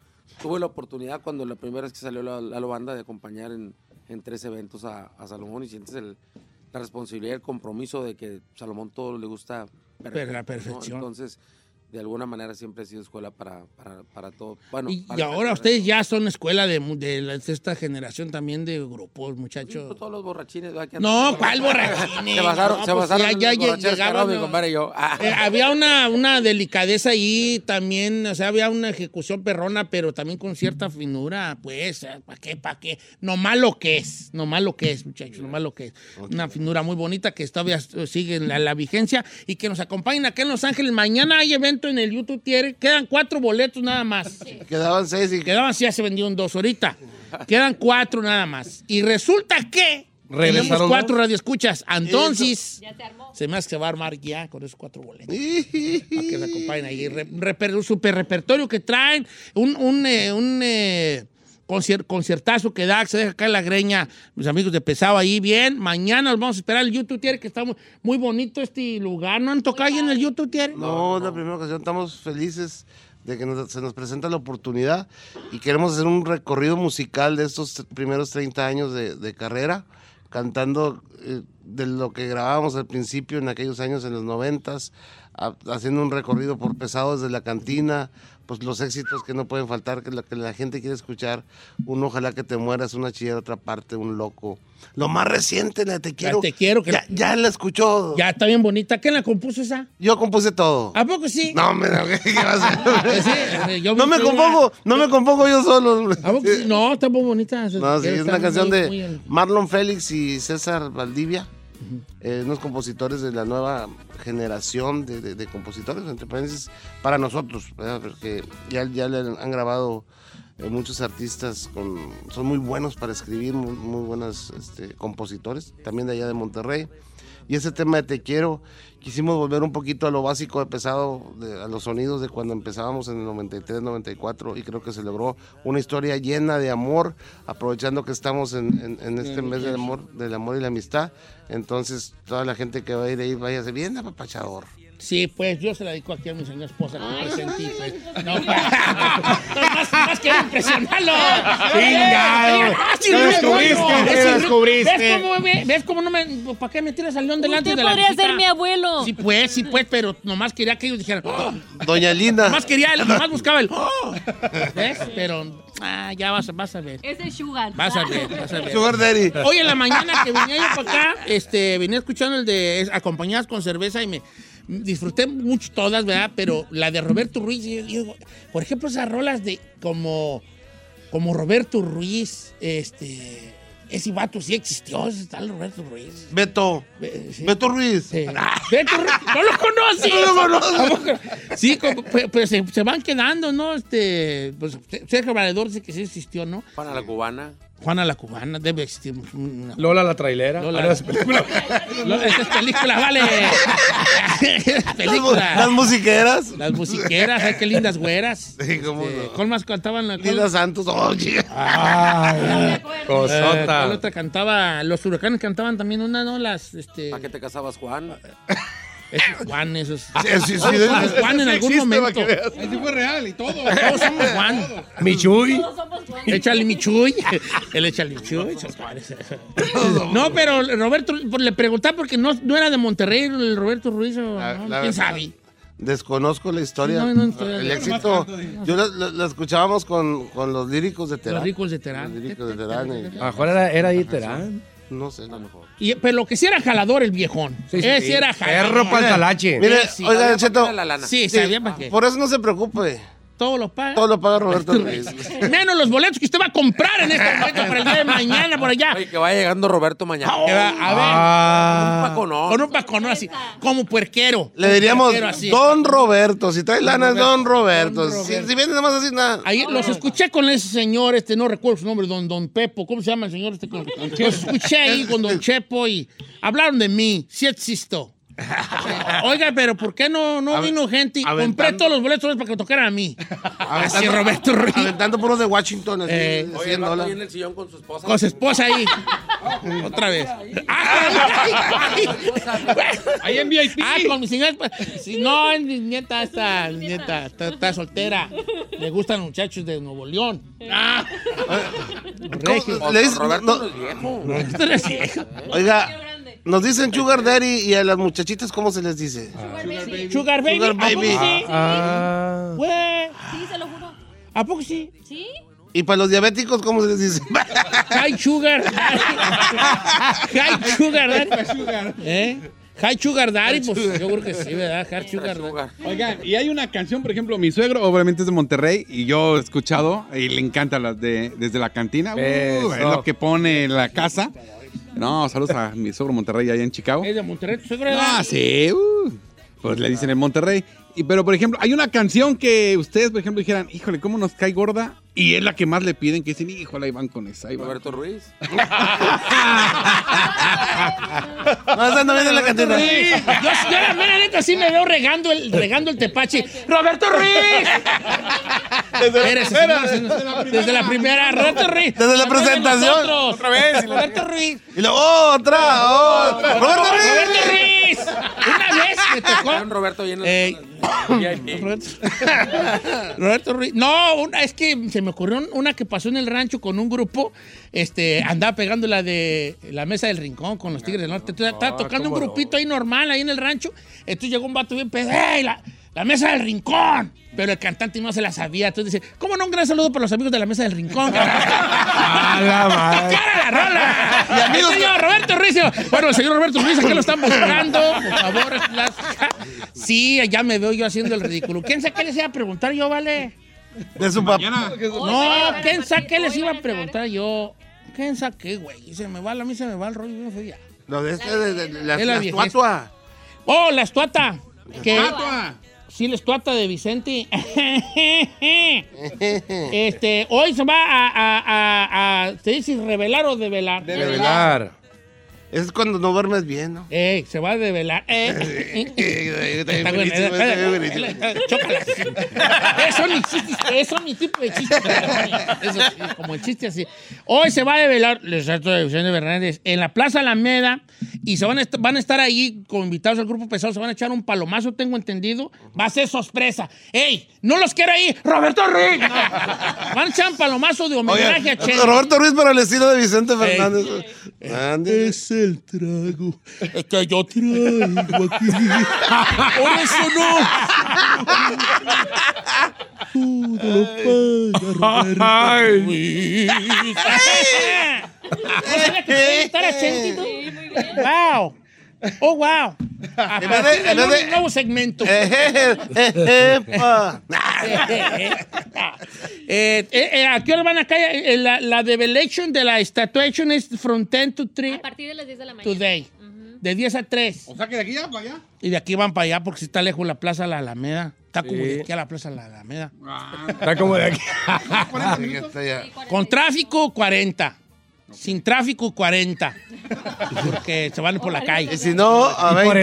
Speaker 11: tuve la oportunidad cuando la primera vez que salió la, la banda de acompañar en, en tres eventos a, a Salomón y sientes el- la responsabilidad, el compromiso de que Salomón todo le gusta
Speaker 3: Pero la
Speaker 11: ¿no?
Speaker 3: perfección.
Speaker 11: Entonces, de alguna manera siempre ha sido escuela para, para, para todo. Bueno,
Speaker 3: y,
Speaker 11: para
Speaker 3: y ahora
Speaker 11: cantar,
Speaker 3: ustedes ya son escuela de, mu- de la- de esta generación también de grupos, muchachos.
Speaker 11: Todos los borrachines. ¿verdad? Que
Speaker 3: No,
Speaker 11: andan-
Speaker 3: ¿cuál borrachines?
Speaker 11: Se basaron,
Speaker 3: No,
Speaker 11: se
Speaker 3: pues,
Speaker 11: basaron
Speaker 3: ya-
Speaker 11: en
Speaker 3: ya
Speaker 11: las
Speaker 3: lleg-
Speaker 11: borracheras que
Speaker 3: llegaban,
Speaker 11: andaba mi
Speaker 3: ¿no?
Speaker 11: compadre y yo. Ah.
Speaker 3: Eh, había una, una delicadeza ahí también, o sea, había una ejecución perrona, pero también con cierta finura, pues, ¿para qué, para qué? Nomás lo que es, nomás lo que es, muchachos, nomás lo que es. Una finura muy bonita que todavía eh, sigue en la, la vigencia y que nos acompañen acá en Los Ángeles. Mañana hay evento en el YouTube Theater, quedan cuatro boletos nada más.
Speaker 12: Quedaban seis y...
Speaker 3: Quedaban, sí, ya se vendieron dos ahorita. Quedan cuatro nada más. Y resulta que
Speaker 12: Regresaron
Speaker 3: tenemos
Speaker 12: dos.
Speaker 3: cuatro radioescuchas. Entonces...
Speaker 4: Ya te armó.
Speaker 3: Se me hace que va a armar ya con esos cuatro boletos. Para que se acompañen ahí. Re- reper- un super repertorio que traen. Un, un, eh, un, eh, Concier- concertazo que da, que se deja caer la greña. Mis amigos de Pesado ahí, bien. Mañana nos vamos a esperar el YouTube Tier, que está muy, muy bonito este lugar. ¿No han tocado ahí en el YouTube Tier?
Speaker 12: No, es la primera ocasión. Estamos felices de que nos- se nos presenta la oportunidad y queremos hacer un recorrido musical de estos t- primeros 30 años de, de carrera, cantando eh, de lo que grabábamos al principio en aquellos años, en los 90, haciendo un recorrido por pesados desde la cantina, pues los éxitos que no pueden faltar, que la, que la gente quiere escuchar, un ojalá que te mueras, una chillera, otra parte, un loco. Lo más reciente, la de te quiero.
Speaker 3: te quiero. Que
Speaker 12: ya, ya la escuchó.
Speaker 3: Ya está bien bonita. ¿Quién la compuso esa?
Speaker 12: Yo compuse todo.
Speaker 3: ¿A poco sí?
Speaker 12: No, hombre, ¿qué vas a hacer?
Speaker 3: Pues Sí, eh, yo
Speaker 12: no me
Speaker 3: vi-
Speaker 12: compongo, no me compongo yo solo.
Speaker 3: ¿A poco sí? No, está muy bonita.
Speaker 12: No, sí,
Speaker 3: Está
Speaker 12: es una
Speaker 3: muy-
Speaker 12: canción
Speaker 3: muy
Speaker 12: de
Speaker 3: bien.
Speaker 12: Marlon Félix y César Valdivia, eh, unos compositores de la nueva generación de, de- de compositores, entre paréntesis, para nosotros, ¿verdad? porque ya, ya le han grabado eh, muchos artistas, con, son muy buenos para escribir, muy, muy buenos este, compositores, también de allá de Monterrey. Y ese tema de Te Quiero, quisimos volver un poquito a lo básico de pesado, de- a los sonidos de cuando empezábamos en el 93, 94, y creo que se logró una historia llena de amor, aprovechando que estamos en, en- en este mes del amor, del amor y la amistad. Entonces, toda la gente que va a ir ahí, váyase bien apapachador.
Speaker 3: Sí, pues yo se la dedico aquí a mi señora esposa que presentí. pues. No, no, más, más que impresionarlo.
Speaker 16: Chingado.
Speaker 3: Ah, sí,
Speaker 16: Lo
Speaker 3: no,
Speaker 16: descubriste,
Speaker 3: no,
Speaker 16: lo
Speaker 3: es que-
Speaker 16: descubriste.
Speaker 3: ¿Ves cómo, ve- ves cómo no me. ¿Para qué me tiras al león delante
Speaker 4: Usted
Speaker 3: de la
Speaker 4: podría
Speaker 3: visita?
Speaker 4: ser mi abuelo.
Speaker 3: Sí, pues, sí, pues, pero nomás quería que ellos dijeran. ¡Oh!
Speaker 12: Doña Linda.
Speaker 3: Nomás quería, nomás buscaba el. ¡Oh! ¿Ves? Pero. Ah, ya vas, vas a ver.
Speaker 4: Ese es Sugar.
Speaker 3: Vas a ver, vas a ver.
Speaker 12: Sugar daddy.
Speaker 3: Hoy en la mañana que venía yo para acá, este, venía escuchando el de es- Acompañadas con cerveza y me disfruté mucho todas, ¿verdad? Pero la de Roberto Ruiz, yo digo, por ejemplo, esas rolas de como, como Roberto Ruiz, este, ese vato sí existió, ese tal Roberto Ruiz.
Speaker 12: Beto. Beto Ruiz.
Speaker 3: Beto Ruiz, no lo conoces.
Speaker 12: No lo conoces.
Speaker 3: ¿A poco? Sí, como- pues, pues, se, se van quedando, ¿no? Este, pues Sergio Valedor dice que sí existió, ¿no?
Speaker 11: Juana la cubana.
Speaker 3: Juana la cubana, debe existir. una-
Speaker 13: Lola la trailera.
Speaker 3: Lola.
Speaker 13: Ah, no, es película.
Speaker 3: Lola, esa es película, vale. película.
Speaker 12: Las musiqueras.
Speaker 3: Las musiqueras, ay, qué lindas güeras. Este,
Speaker 12: Sí, cómo no.
Speaker 3: ¿Cuál más cantaban? la- cuál-
Speaker 12: Linda Santos.
Speaker 11: oh,
Speaker 12: Oye.
Speaker 3: Ay,
Speaker 12: Cosota.
Speaker 3: Eh, ¿Cuál otra cantaba? Los huracanes cantaban también una, ¿no? Las, este...
Speaker 11: ¿Para qué te casabas, Juan?
Speaker 3: Esos Juan, esos...
Speaker 11: Sí, sí, sí,
Speaker 3: Todos somos
Speaker 11: de-
Speaker 3: Juan en
Speaker 11: sí
Speaker 3: algún
Speaker 11: existe, para
Speaker 3: momento.
Speaker 11: que veas.
Speaker 15: Ese fue real y todo.
Speaker 3: Todos somos Juan.
Speaker 13: Michuy.
Speaker 3: Échale mi chuy. Él echa mi chuy. eh. No, pero Roberto, pues, le preguntaba porque no, no era de Monterrey el Roberto Ruiz. o no,
Speaker 12: la
Speaker 3: ¿Quién
Speaker 12: verdad.
Speaker 3: sabe?
Speaker 12: Desconozco la historia.
Speaker 3: No, no, estoy-
Speaker 12: el
Speaker 3: yo
Speaker 12: éxito.
Speaker 3: nomás canto,
Speaker 12: Yo la, la- la escuchábamos con, con los líricos de Terán.
Speaker 3: Los ricos de Terán.
Speaker 12: Los líricos de Terán. y-
Speaker 13: A lo mejor era, era ahí Terán.
Speaker 12: No sé, a lo mejor.
Speaker 3: Y- pero lo que sí era jalador el viejón.
Speaker 13: Sí, sí,
Speaker 3: Ese
Speaker 13: sí.
Speaker 3: era jalador.
Speaker 13: Perro pa'l talache.
Speaker 12: Mire,
Speaker 3: Sí, sí.
Speaker 12: oiga, Don Cheto. sí,
Speaker 3: Sí, sabía para qué.
Speaker 12: Por eso no se preocupe.
Speaker 3: Todo lo paga.
Speaker 12: Todo lo paga Roberto Ruiz.
Speaker 3: Menos los boletos que usted va a comprar en este momento para el día de mañana por allá.
Speaker 11: Oye, que va llegando Roberto mañana.
Speaker 3: Que va- a
Speaker 12: Ah.
Speaker 3: ver. Ah.
Speaker 11: Con un paconón.
Speaker 3: Con un paconón así. Como puerquero.
Speaker 12: Le diríamos
Speaker 3: Puerquero así.
Speaker 12: Don Roberto. Si trae lana es Don Roberto.
Speaker 3: Don
Speaker 12: Si,
Speaker 3: Roberto.
Speaker 12: si viene nada más así, nada.
Speaker 3: Ahí los escuché con ese señor, este, no recuerdo su nombre, don, don Pepo, ¿cómo se llama el señor? Este? Con- los escuché ahí con don Chepo y hablaron de mí, sí existo. Oiga, pero ¿por qué no, no vino gente? Y
Speaker 12: aventando-
Speaker 3: compré todos los boletos para que tocaran a mí. Así
Speaker 12: Aventando-
Speaker 3: Roberto Ruiz.
Speaker 12: Aventando por los de Washington. Así,
Speaker 3: Eh.
Speaker 12: de
Speaker 11: Oye,
Speaker 12: 100
Speaker 11: el vato ahí
Speaker 12: dólares.
Speaker 11: en el sillón con su esposa.
Speaker 3: Con su esposa ahí. Otra vez. Ah, ay, ay.
Speaker 15: Ahí en VIP.
Speaker 3: Ah, con mi señora. esp- Sí, no, es mi nieta está, mi nieta está, está soltera. Le gustan los muchachos de Nuevo León. Ah. Regios.
Speaker 12: ¿Cómo? Le dices-
Speaker 11: Roberto
Speaker 12: no-
Speaker 11: no es viejo.
Speaker 3: Esto no es viejo.
Speaker 12: Oiga, nos dicen Sugar Daddy y a las muchachitas, ¿cómo se les dice?
Speaker 3: Sugar Baby.
Speaker 12: Sugar
Speaker 3: ¿A poco
Speaker 12: Baby.
Speaker 3: sí?
Speaker 13: Ah.
Speaker 3: Güey,
Speaker 4: Sí, se lo juro.
Speaker 3: ¿A poco sí?
Speaker 4: ¿Sí?
Speaker 12: Y para los diabéticos, ¿cómo se les dice?
Speaker 3: Hi Sugar. Hi Sugar. Daddy. ¿Eh? Hi Sugar Daddy, pues yo creo que sí, ¿verdad? Hi Sugar Daddy.
Speaker 15: Oigan, y hay una canción, por ejemplo, mi suegro obviamente es de Monterrey y yo he escuchado y le encanta las de desde la cantina. Uh,
Speaker 13: Eso.
Speaker 15: es lo que pone en la casa. No, saludos a mi suegro Monterrey allá en Chicago.
Speaker 3: ¿Es de Monterrey? ¿Tu suegro
Speaker 15: Ah,
Speaker 3: era?
Speaker 15: sí. uh, pues le dicen en Monterrey. Y, pero, por ejemplo, hay una canción que ustedes, por ejemplo, dijeran, híjole, ¿cómo nos cae gorda? Y es la que más le piden, que dicen, híjole, ahí van con esa. ahí van.
Speaker 11: Roberto Ruiz.
Speaker 12: No, esa no viene en la cantina.
Speaker 3: Sí, Yo, yo la mera neta sí me veo regando el, regando el tepache. ¡Roberto Ruiz! Desde, la, desde la primera, Roberto Ruiz.
Speaker 12: Desde la presentación.
Speaker 3: Otra vez. Roberto Ruiz.
Speaker 12: Y luego, otra, otra. Roberto Ruiz.
Speaker 3: Roberto Ruiz. Una vez me tocó.
Speaker 11: Un Roberto lleno
Speaker 3: Ey. Roberto. Roberto Ruiz. No, una- es que se me ocurrió un- una que pasó en el rancho con un grupo. Este, andaba pegando la de la mesa del rincón con los Tigres del Norte. Entonces, estaba tocando
Speaker 17: Ah,
Speaker 3: un
Speaker 17: cómo no.
Speaker 3: grupito ahí normal, ahí en el rancho. Entonces llegó un vato bien pedo. ¡Ey, la, la mesa del rincón! Pero el cantante no se la sabía. Entonces dice, ¿cómo no? Un gran saludo para los amigos de la mesa del rincón.
Speaker 13: ¡A la madre!
Speaker 3: ¡Cara la rola! Y amigos, señor Roberto Ruiz. Bueno, el señor Roberto Ruiz, ¿a qué lo están buscando? Por favor, las- Sí, ya me veo yo haciendo el ridículo. ¿Quién sabe qué les iba a preguntar yo, vale?
Speaker 12: De su papá.
Speaker 3: No, ¿quién sabe qué les iba a preguntar yo? ¿Quién sabe qué, güey? Y Se me va, la- a mí se me va el rollo bien feo ya.
Speaker 12: No, de este, de, de- de- la,
Speaker 3: Es
Speaker 12: la
Speaker 3: viejez.
Speaker 12: estatua.
Speaker 3: ¡Oh, la estuata! Que-
Speaker 12: estatua.
Speaker 3: Sí, la estuata de Vicente. este, hoy se va a, a, a, a- ¿se dice revelar o develar?
Speaker 12: Develar. Es cuando no duermes bien, ¿no?
Speaker 3: Ey, se va a develar. Eh, Está bueno,
Speaker 12: buenísimo,
Speaker 3: eh,
Speaker 12: está
Speaker 3: eh, eh, chócalas. Eh, Eso ni chiste, eso ni tipo de chiste. Eso sí, como el chiste así. Hoy se va a develar, les trato de Vicente Fernández, en la Plaza Alameda y se van a, est- van a estar ahí con invitados al grupo pesado, se van a echar un palomazo, tengo entendido. Va a ser sorpresa. ¡Ey! ¡No los quiero ahí! ¡Roberto Ruiz! No. Van a echar un palomazo de homenaje a Chente.
Speaker 12: Roberto Ruiz Pues para el estilo de Vicente Fernández.
Speaker 3: Es el trago que yo traigo aquí. Por eso no. Todo lo paga Roberto Ruiz. No sabía que podía estar a Chente, ¿no? ¡Wow! ¡Oh, wow! A
Speaker 12: En vez de-
Speaker 3: partir de
Speaker 12: en vez
Speaker 3: lunes,
Speaker 12: de- Eh,
Speaker 3: nuevo segmento.
Speaker 12: Epa.
Speaker 3: Eh, eh, eh, ¿A qué hora van a caer? Eh, la, la develation de la statuation es from 10 to 3
Speaker 4: A partir de las 10 de la mañana.
Speaker 3: today. De 10 a 3.
Speaker 5: O sea que de aquí ya para allá.
Speaker 3: Y de aquí van para allá porque si está lejos la plaza La Alameda. Está como
Speaker 13: Sí.
Speaker 3: de aquí a la plaza La Alameda.
Speaker 13: Está como de aquí.
Speaker 3: Con tráfico, 40. Sin tráfico, 40. Porque se van por la calle.
Speaker 12: Y si no, a
Speaker 3: Y
Speaker 12: 20.
Speaker 3: Por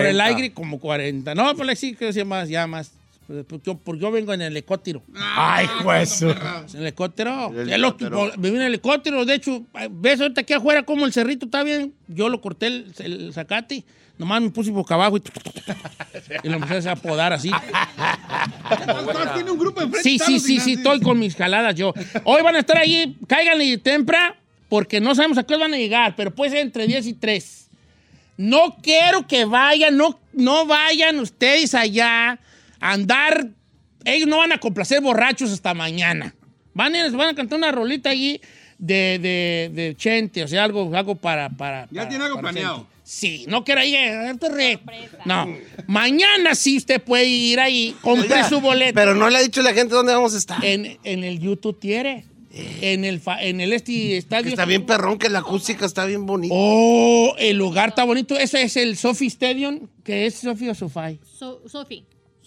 Speaker 3: el aire, como 40. No, por la sí que sea más, ya más. Porque yo, porque yo vengo en el helicóptero. Ah,
Speaker 13: Ay, juez.
Speaker 3: En el helicóptero.
Speaker 13: El
Speaker 3: Es lo que-
Speaker 13: helicóptero.
Speaker 3: me vine en el helicóptero. De hecho, ves ahorita aquí afuera como el cerrito está bien. Yo lo corté el, el zacate. Nomás me puse boca abajo y, y lo empecé a apodar así.
Speaker 5: Tiene un grupo enfrente.
Speaker 3: Sí, sí, sí, sí, estoy con mis jaladas yo. Hoy van a estar ahí, cáiganle temprano, porque no sabemos a qué hora van a llegar, pero puede ser entre 10 y 3. No quiero que vayan, no, no vayan ustedes allá a andar. Ellos no van a complacer borrachos hasta mañana. Van a, van a cantar una rolita allí de, de, de Chente, o sea, algo, algo para, para.
Speaker 5: Ya tiene algo planeado.
Speaker 3: Sí, no quiero ir a a- re- No, mañana sí usted puede ir ahí, compre
Speaker 12: Oiga,
Speaker 3: su boleto.
Speaker 12: pero no le ha dicho la gente dónde vamos a estar.
Speaker 3: En, en el YouTube tiene. En el, fa- en el este estadio.
Speaker 12: Está bien perrón que la acústica está bien bonita.
Speaker 3: Oh, el lugar está bonito. Ese es el Sofi Stadium, que es Sofi o Sofai.
Speaker 4: So- Sofi.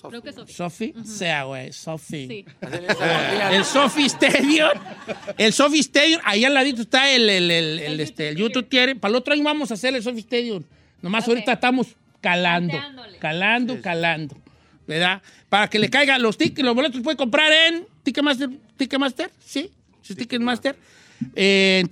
Speaker 4: Creo que es Sofi.
Speaker 3: Sofi, sea, güey, Sofi. Eh,
Speaker 4: Sí.
Speaker 3: El Sofi Stadium. El Sofi Stadium. Ahí al ladito está el, el, el, el, este, el YouTube tiene. Para el otro año vamos a hacer el Sofi Stadium. Nomás ahorita estamos calando. Calando, calando. ¿Verdad? Para que le caigan los tickets, los boletos puede comprar en Ticketmaster. Ticketmaster, sí. Sí, Ticketmaster. Eh, en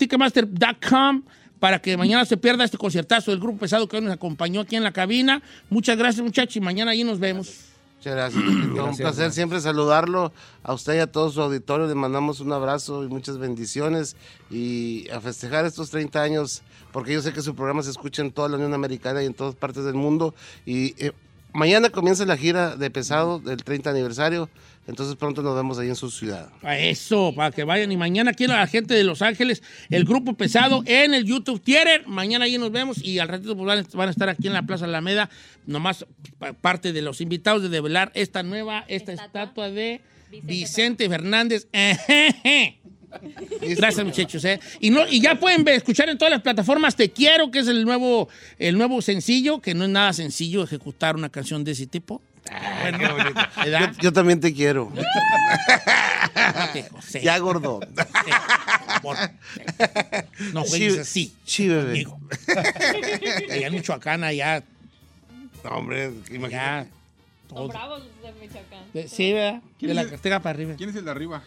Speaker 3: Ticketmaster.com para que mañana se pierda este conciertazo del grupo pesado que hoy nos acompañó aquí en la cabina. Muchas gracias, muchachos, y mañana ahí nos vemos.
Speaker 12: Muchas gracias. Don. un
Speaker 3: Gracias,
Speaker 12: placer
Speaker 3: hermano.
Speaker 12: siempre saludarlo a usted y a todo su auditorio. Le mandamos un abrazo y muchas bendiciones y a festejar estos 30 años porque yo sé que su programa se escucha en toda la Unión Americana y en todas partes del mundo y eh, mañana comienza la gira de pesado del 30 aniversario. Entonces pronto nos vemos ahí en su ciudad.
Speaker 3: A Eso, para que vayan. Y mañana quiero a la gente de Los Ángeles, el grupo pesado en el YouTube Theater. Mañana allí nos vemos y al ratito pues, van, van a estar aquí en la Plaza Alameda, nomás pa- parte de los invitados de develar esta nueva, esta estatua, de Vicente Fernández. Ejeje. Gracias muchachos. eh. Y, no, y ya pueden ver- escuchar en todas las plataformas Te Quiero, que es el nuevo, el nuevo sencillo, que no es nada sencillo ejecutar una canción de ese tipo. Bueno,
Speaker 12: Yo,
Speaker 3: ¿verdad?
Speaker 12: yo también te quiero.
Speaker 3: José.
Speaker 12: Ya gordo.
Speaker 3: No juegues
Speaker 12: Sí,
Speaker 3: así.
Speaker 12: Sí, bebé.
Speaker 3: Allá en Michoacán, allá.
Speaker 12: No, hombre, imagínate.
Speaker 4: Son bravos los de Michoacán.
Speaker 3: De- sí, ¿verdad?
Speaker 5: ¿Quién
Speaker 3: De la
Speaker 5: es el-
Speaker 3: Castega para arriba.
Speaker 5: ¿Quién es el de arriba?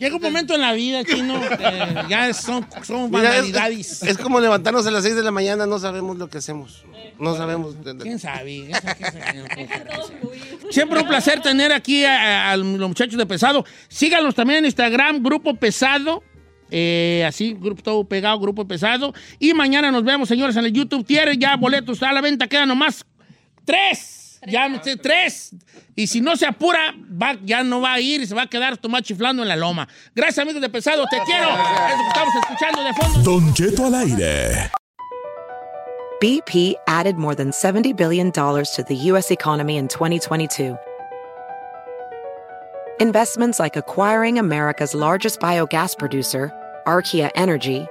Speaker 3: Llega un momento en la vida, chino, que ya son, son
Speaker 12: Mira, es, es-
Speaker 3: banalidades.
Speaker 12: es como levantarnos a las 6 de la mañana, no sabemos lo que hacemos. No sabemos.
Speaker 3: ¿Quién sabe? Eso que se- Siempre un placer tener aquí a, a- a los muchachos de Pesado. Síganos también en Instagram, Grupo Pesado. Eh, así, grupo todo pegado, grupo pesado. Y mañana nos vemos, señores, en el YouTube Tier. Ya boletos a la venta, quedan nomás tres. Ya no sé, tres. Y si no se apura, va- ya no va a ir y se va a quedar tomado chiflando en la loma. Gracias, amigos de Pesado, te quiero. Es lo que estamos escuchando de fondo.
Speaker 2: Don Cheto al aire.
Speaker 1: BP added more than $70 billion to the U.S. economy in 2022. Investments like acquiring America's largest biogas producer, Archaea Energy,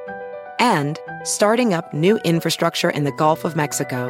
Speaker 1: and starting up new infrastructure in the Gulf of Mexico.